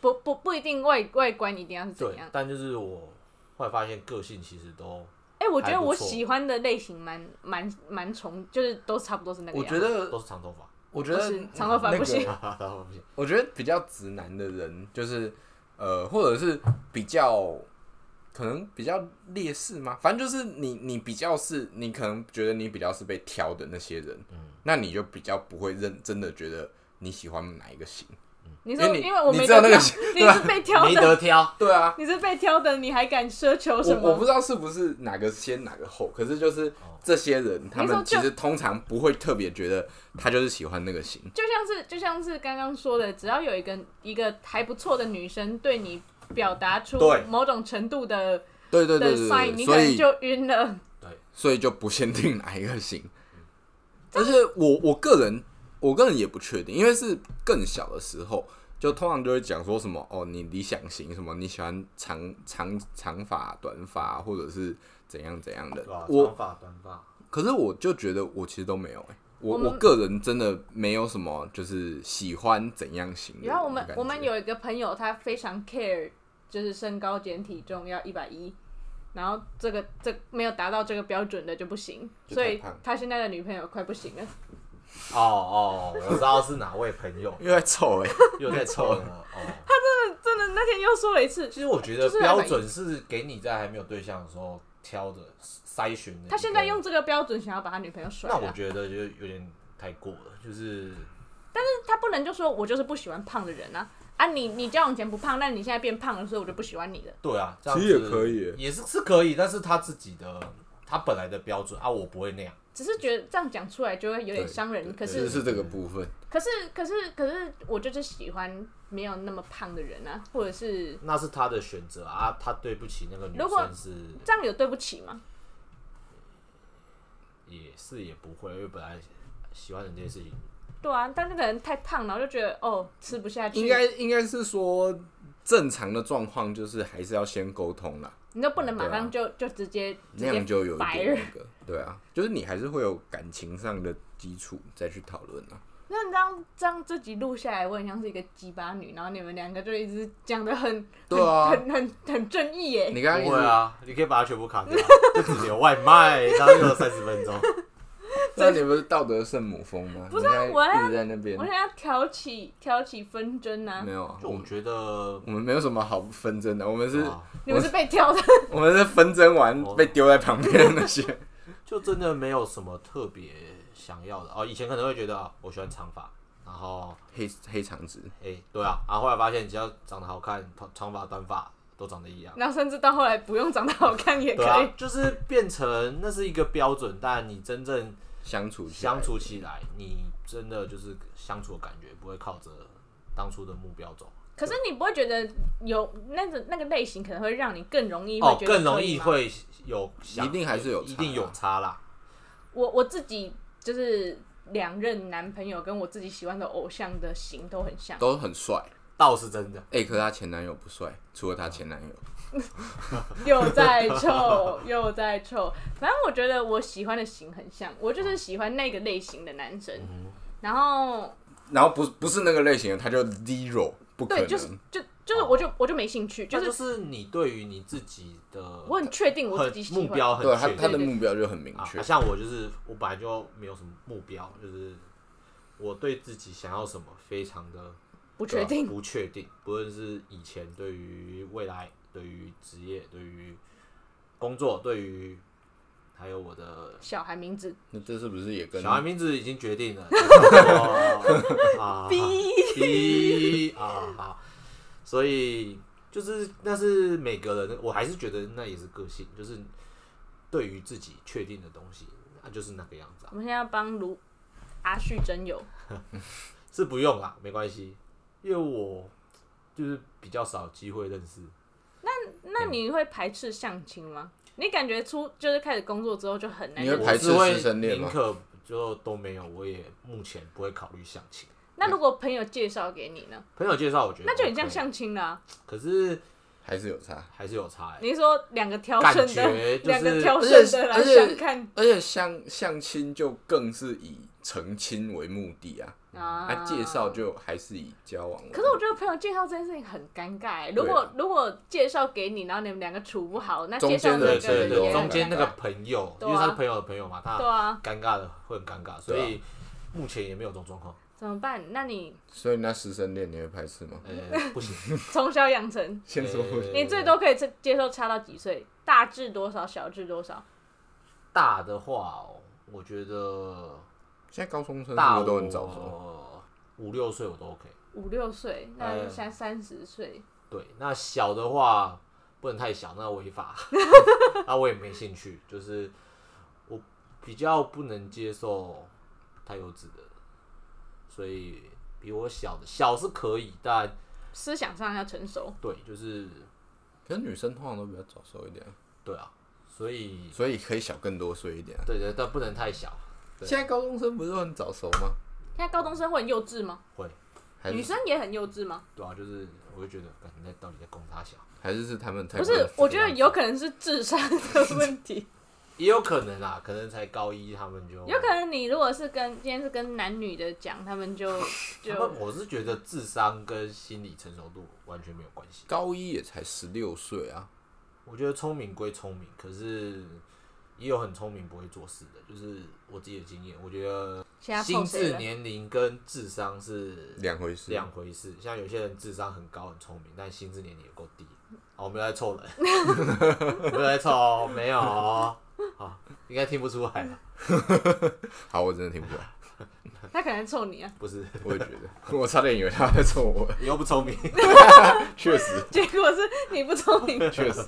B: 不不不一定外外观一定要是怎
C: 对
B: 样。，
C: 但就是我后来发现个性其实都，
B: 哎、我觉得
C: 还不
B: 我
C: 错
B: 喜欢的类型蛮蛮蛮重，就是都差不多是那个
A: 我
B: 样
A: 觉
B: 子。
A: 得，
C: 都是长头发， [laughs]
A: 我觉
B: 不
A: 得
B: 是长头发
A: 那
B: 不
A: 个
B: 行
C: 然后不行
A: 我觉得比较直男的人，就是呃，或者是比较可能比较劣势吗？反正就是你你比较是，你可能觉得你比较是被挑的那些人，那你就比较不会认真的觉得你喜欢哪一个型。
B: 你说，
A: 因为你
B: 因为我
A: 你
B: 没
A: 知道
B: 得
A: 那个啊
B: 挑 [laughs] 你是被挑
C: 没
B: 的，
C: 得挑，
A: 对啊，
B: [laughs] 你是被挑的，你还敢奢求什
A: 我我
B: 么
A: 不？知道是不是哪个先哪个后，可是就是这些人，他
B: 你说
A: 们其
B: 就
A: 实通常不会特别觉得他就是喜欢那个型。
B: 就像是就像是刚刚说的，只要有一个一个还不错的女生对你表达出
C: 对
B: 某种程度的
A: 对对
B: 的
A: 对对
B: sign，
A: 对，
B: 你可
A: 所
B: 能
A: 以
B: 就晕了。
C: 对，
A: 所以就不限定哪一个型。而且我我个人我个人也不确定，因为是更小的时候，就通常就会讲说什么哦，你理想型什么，你喜欢长长长发、短发，或者是怎样怎样的
C: 对吧、。
B: 啊
A: 我
C: 长发短发，
A: 可是我就觉得我其实都没有哎、我
B: 我
A: 我
B: 们
A: 个人真的没有什么就是喜欢怎样型的。
B: 然后我们我们，有一个朋友，他非常 care，就是身高减体重要一百一，然后这个这没有达到这个标准的就不行，
A: 就
B: 所以
A: 太胖
B: 他现在的女朋友快不行了。 [laughs]
C: 哦哦，我知道是哪位朋友
A: 因为臭
B: [laughs]
A: 哎、
C: 又在凑了哦。
B: 真的那天又说了一次，
C: 其实我觉得
B: 就是
C: 标准是给你在还没有对象的时候挑的筛选的一个。
B: 他现在用这个标准想要把他女朋友甩
C: 那我
B: 了，
C: 觉得就有点太过了，就是
B: 他不能就说我就是不喜欢胖的人啊啊你你交往前不胖，但你现在变胖了，所以我就不喜欢你了。
C: 对啊，这样
A: 其实也
C: 子
A: 可以
C: 也是是可以，但是他自己的他本来的标准啊，我不会那样。
B: 只是觉得这样讲出来就会有点伤人，可
A: 其实
B: 是
A: 是这个部分。
B: 可是可是可是我就是喜欢没有那么胖的人啊，或者是
C: 那是他的选择啊，他对不起那个女
B: 如果
C: 生是
B: 这样有对不起吗？
C: 也是也不会，因为本来喜欢人这件事情，
B: 对啊，但那个人太胖了，我就觉得哦吃不下去，
A: 应该应该是说正常的状况就是还是要先沟通啦，
B: 你都不能马
A: 对啊
B: 上就、就直接直
A: 那
B: 接
A: 样就有一
B: 白
A: 点
B: 了。
A: 那个，对啊，就是你还是会有感情上的基础再去讨论
B: [laughs]
A: 啊。
B: 那你这样这样这集录下来，我很像是一个鸡巴女，然后你们两个就一直讲的很
A: 对啊
B: 很很很很正义耶。
A: 你刚刚
C: 不
A: 一
C: 会
A: 直
C: 啊，你可以把它全部卡掉， [laughs] 就只留外卖，刚刚用了三十分钟。
A: 那你不是道德圣母峰吗？
B: 不是
A: 你
B: 啊
A: 现在
B: 我要
A: 一直在那边
B: 我，现在要挑起挑起纷争呢、
A: 没有啊，
C: 就
A: 我
C: 我
A: 们
C: 觉得
A: 我们没有什么好纷争的，我们是，
C: 啊
B: 你们是被挑的， [laughs]
A: 我们是纷争完
C: 我
A: 被丢在旁边的那些，
C: 就真的没有什么特别想要的哦。以前可能会觉得啊，我喜欢长发，然后
A: 黑黑长直，
C: 诶，对啊，啊，后来发现只要长得好看，长长发、短发都长得一样。
B: 然后甚至到后来不用长得好看也可
C: 对
B: 以。
C: 啊，就是变成那是一个标准，但你真正
A: 相处起来
C: 相处起来，你真的就是相处的感觉不会靠着当初的目标走，
B: 可是你不会觉得有那个那个类型可能会让你更容易会
C: 哦
B: 觉，得
C: 更容
B: 可以
C: 易
B: 吗
C: 会有想，
A: 一定还是有差啊
C: 一定有差啦。
B: 我我自己就是两任男朋友跟我自己喜欢的偶像的型都很像，
A: 都很帅。
C: 倒是真的，
A: 哎、可是她前男友不帅，除了她前男友，
B: 又在
C: [laughs]
B: 臭又在臭。反正我觉得我喜欢的型很像，我就是喜欢那个类型的男生。
C: 嗯
B: 然后
A: 然后不不是那个类型的，他就 zero，不可
B: 对，
A: 能。
B: 就是就就是我就我就没兴趣，
C: 那
B: 就是
C: 就是你对于你自己的
B: 我很确定我自己
C: 很目
B: 喜欢。
C: 标很
A: 对啊他
C: 确定
A: 他的目标就很明
C: 啊
A: 确，，
C: 像我就是我本来就没有什么目标，就是我对自己想要什么非常的呃
B: 不确定，
C: 不确定，不论是以前对于未来、对于职业、对于工作、对于还有我的
B: 小孩名字
A: 那这是不是也跟
C: 小孩名字已经决定
B: [laughs]
C: 了，就是啊，B 啊，好，所以就是那是每个人，我还是觉得那也是个性，就是对于自己确定的东西，那就是那个样子啊，
B: 我们现在要帮卢阿旭真友，
C: 是不用啦，没关系，因为我就是比较少机会认识，
A: 嗯
B: 那你会排斥相亲吗？你感觉出就是开始工作之后就很难
A: 你会
B: 认识
A: 排斥
C: 我是会
A: 师生恋吗
C: 宁可就都没有，我也目前不会考虑相亲。
B: 那如果朋友介绍给你呢？
C: 朋友介绍，我
A: 嗯
C: 觉得
B: 那就很像
C: OK，
B: 相亲啦、
C: 可是
A: 还是有差？
C: 还是有差、
A: 嗯
C: 欸。
B: 你是说两个挑
C: 感
B: 剩的，
C: 觉就是
B: 两个挑
A: 而
B: 剩
A: 且
B: 的
A: 而
B: 来
A: 且
B: 相看
A: 而且相相亲就更是以成亲为目的啊，
B: 啊
A: 啊介绍。就还是以交往为目的。
B: 可是我觉得朋友介绍这件事情很尴尬、欸，如果如果介绍给你，然后你们两个处不好，那介绍
A: 啊中间的
B: 那
C: 对
B: 个
A: 这个
B: 人也
C: 对对，
A: 有
C: 中
B: 很
C: 间
A: 感
C: 那个朋友，
B: 对
C: 因
B: 啊
C: 为他是朋友的朋友嘛，他
B: 对啊，
C: 尴尬的会很尴尬，所以目前也没有这种状况。
B: 怎么办？那你
A: 所以那师生恋你会排斥
C: [laughs]
A: 吗？
C: 呃，不行，
B: 从小养成，
A: 先说不
C: 呃
B: 你最多可以接接受差到几岁？大致多少？小至多少？
C: 大的话哦，我觉得
A: 现在高中生是
C: 大
A: 不
C: 哦我
A: 是都很早熟？
C: 五六岁我都 OK。
B: 五六岁，那
C: 哎
A: 呃
B: 就现在三十岁，
C: 对，那小的话不能太小，那
B: [laughs]
C: 违法，那我也没兴趣。就是我比较不能接受太幼稚的，所以比我小的小是可以，但
B: 思想上要成熟。
C: 对，就是
A: 可是女生通常都比较早熟一点啊，
C: 对啊，所以
A: 所以可以小更多岁一点啊。
C: 对对，但不能太小，对
A: 现在高中生不是都很早熟吗？
B: 现在高中生会很幼稚吗？
C: 会，呃
A: 还
B: 女
A: 是
B: 生也很幼稚吗？
C: 对啊，就是我就觉得，感觉到底在供他小，
A: 还是是他们
C: 呃
A: 太
B: 不
A: 认
B: 是
A: 识，
B: 我觉得
A: 了
B: 有可能是智商的问
C: [laughs]
B: 题，
C: 也有可能啦，可能才高一他们就
B: 有可能你如果是跟今天是跟男女的讲，他们
C: [laughs]
B: 就就
C: 他们我是觉得智商跟心理成熟度完全没有关系。
A: 高一也才十六岁啊，
C: 我觉得聪明归聪明，可是也有很聪明不会做事的，就是我自己的经验，我觉得
B: 现在
C: 心
B: 碰谁
C: 智
B: 了？
C: 年龄跟智商是
A: 两回事。
C: 两回事。像有些人智商很高很聪明，但心智年龄也够低。哦，我没有在凑人， [laughs] 我没有在凑哦，没有哦。好，应该听不出来吧？
A: 好，我真的听不出
C: [laughs]
A: 来，
B: 他可能冲你啊， [laughs]
C: 不是，
A: 我也觉得，我差点以为他在冲我，
C: 你又不聪明。 [laughs]
A: 确实，
B: 结果是你 [laughs] 不聪明。
A: 确
C: [laughs]
A: 实，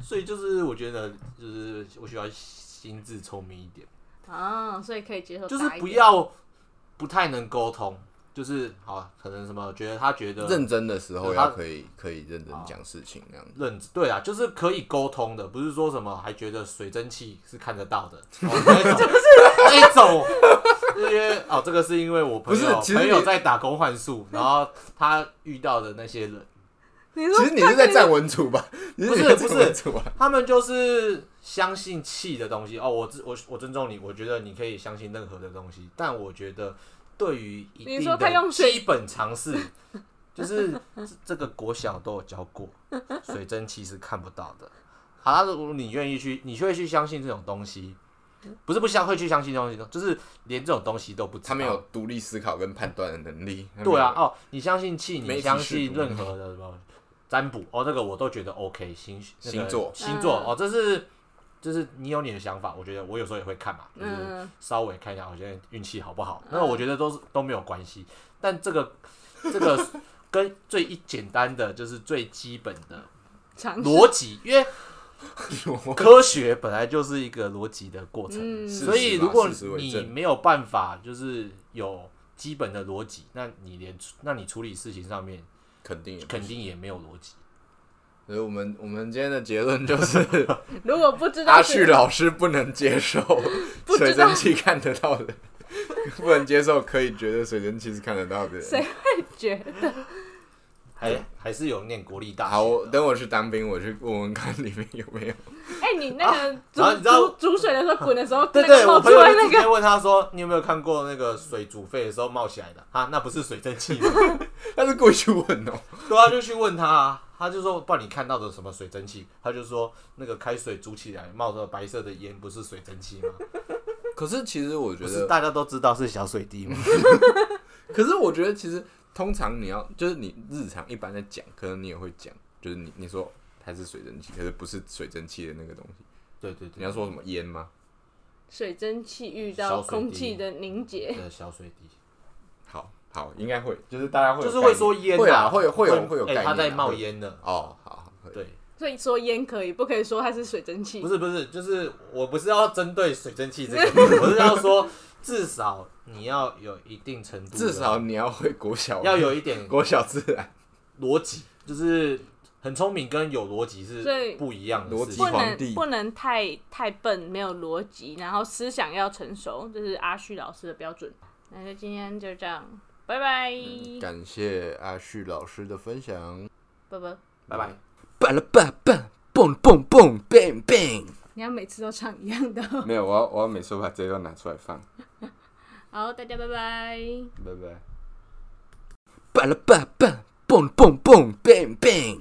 C: 所以就是我觉得，就是我需要心智聪明一点，
B: 啊，所以可以接受，
C: 就是不。要不太能沟通，就是好，可能什么觉得他觉得
A: 认真的时候
C: 啊他
A: 要可以可以认真讲事情那样。
C: 认知对啊，就是可以沟通的，不是说什么还觉得水蒸气是看得
A: [laughs]
C: 到的，哦、那种那种，因为哦，这个是因为我
A: 不
C: 朋
A: 是
C: 友
A: 其实
C: 朋
A: 你
C: 友在打工换宿，然后他遇到的那些人，
B: 你
A: [laughs] 其
B: 说
A: 实你是在站文组吧？ [laughs] 你
C: 不是
A: 在
C: 不是
A: 站文组啊吧？
C: 他们就是相信气的东西哦，我自我我尊重你，我觉得你可以相信任何的东西，但我觉得对于一
B: 你
C: 定
B: 说他用
C: 的
B: 水
C: 基本常识， [laughs] 就是这这个国小都有教过，水蒸气是看不到的。好啦，如果你愿意去，你就会去相信这种东西，不是不相会去相信这种东西，就是连这种东西都不知
A: [laughs]
C: 道。
A: 他没有独立思考跟判断的能力。他没有
C: [laughs] 对啊，，哦，你相信气，
A: 媒
C: 你
A: 体
C: 相
A: 试
C: 信
A: 读
C: 任何的什么占卜哦，那个我都觉得 OK 星。 [laughs] 那个
A: 星座
C: 星座
B: 嗯
C: 哦，这是就是你有你的想法，我觉得我有时候也会看嘛，就是
B: 嗯，
C: 稍微看一下我现在运气好不好。那我觉得都是都没有关系，但这个
B: [laughs]
C: 这个跟最一简单的就是最基本的
B: 尝试
C: 逻辑，因为科学本来就是一个逻辑的过程。
B: 嗯，
A: 是
C: 所以如果
A: 事实为
C: 你
A: 证
C: 没有办法，就是有基本的逻辑，那你连处那你处理事情上面
A: [laughs] 肯定也不
C: 肯
A: 行。
C: 定也没有逻辑。
A: 所以我们我们今天的结论就是，
C: [laughs]
B: 如果不知道
A: 阿
B: 是
A: 旭老师不能接受
B: 不知道
A: 水蒸气看得到的， [laughs] 不能接受可以觉得水蒸气是看得到的。
B: 谁觉得
C: 还还是有念国立大
A: 好，
C: 学
A: 我
C: 的，
A: 等我去当兵，我去问问看里面有没有。 [laughs]
B: 哎、你那个煮、
C: 啊然后你知道
B: 煮煮水的时候滚的时候，
C: 对
B: 那个
C: 对，我
B: 冒
C: 朋
B: 出
C: 友
B: 来
C: 就
B: 那
C: 直
B: 个，
C: 接问他说：“你有没有看过那个水煮沸的时候冒起来的？啊，那不是水蒸气吗？”
A: [laughs] 他是故意去问哦，
C: 对啊，就去问他啊，他就说：“不然你看到的什么水蒸气？”他就说：“那个开水煮起来冒着白色的烟，不是水蒸气吗？
A: 可是其实我觉
C: 不是
A: 得，
C: 大家都知道是小水
A: [laughs]
C: 滴吗？
A: 可是我觉得其实通常你要就是你日常一般在讲，可能你也会讲，就是你你说它是水蒸气，可是不是水蒸气的那个东西。
C: 对对对，
A: 你要说什么烟吗？
B: 水蒸气遇到
C: 小水滴
B: 空气的凝结，
C: 的小水滴。”
A: 好好，应该会，就是大家会有
C: 就是会
A: 概念
C: 说烟、
A: 会
C: 啊，
A: 啊，会有会有会有概
C: 哎
A: 念、
C: 他在
A: 啊
C: 冒
A: 会
C: 烟呢。
A: 哦，好好，会
C: 对，
B: 所以说烟可以，不可以说它是水蒸气
C: 不。是不是，就是我不是要针对水蒸气这
A: [laughs]
C: 个东西，我是要说，至少你要有一定程度的，
A: 至少你要会国小，
C: 要有一
A: [laughs]
C: 点
A: 国小自然
C: 逻辑，就是很聪明跟有逻辑是
B: 所以
C: 不一样的
A: 逻
C: 事
A: 辑
C: 情
B: 不。
A: 皇
B: 能
A: 帝
B: 不能太太笨，没有逻辑，然后思想要成熟，这是阿旭老师的标准。那就今天就这样，拜拜，
A: 感谢阿旭老师的分享。
B: 拜拜。
C: 拜拜。
A: 巴拉巴巴，蹦蹦蹦，bang bang。
B: 你要每次都唱一样的 [laughs] 哦、
A: 没有，我要我要每次把这段拿出来放，
B: 好，大家拜拜。
A: 拜拜。巴拉巴巴，蹦蹦蹦，bang bang。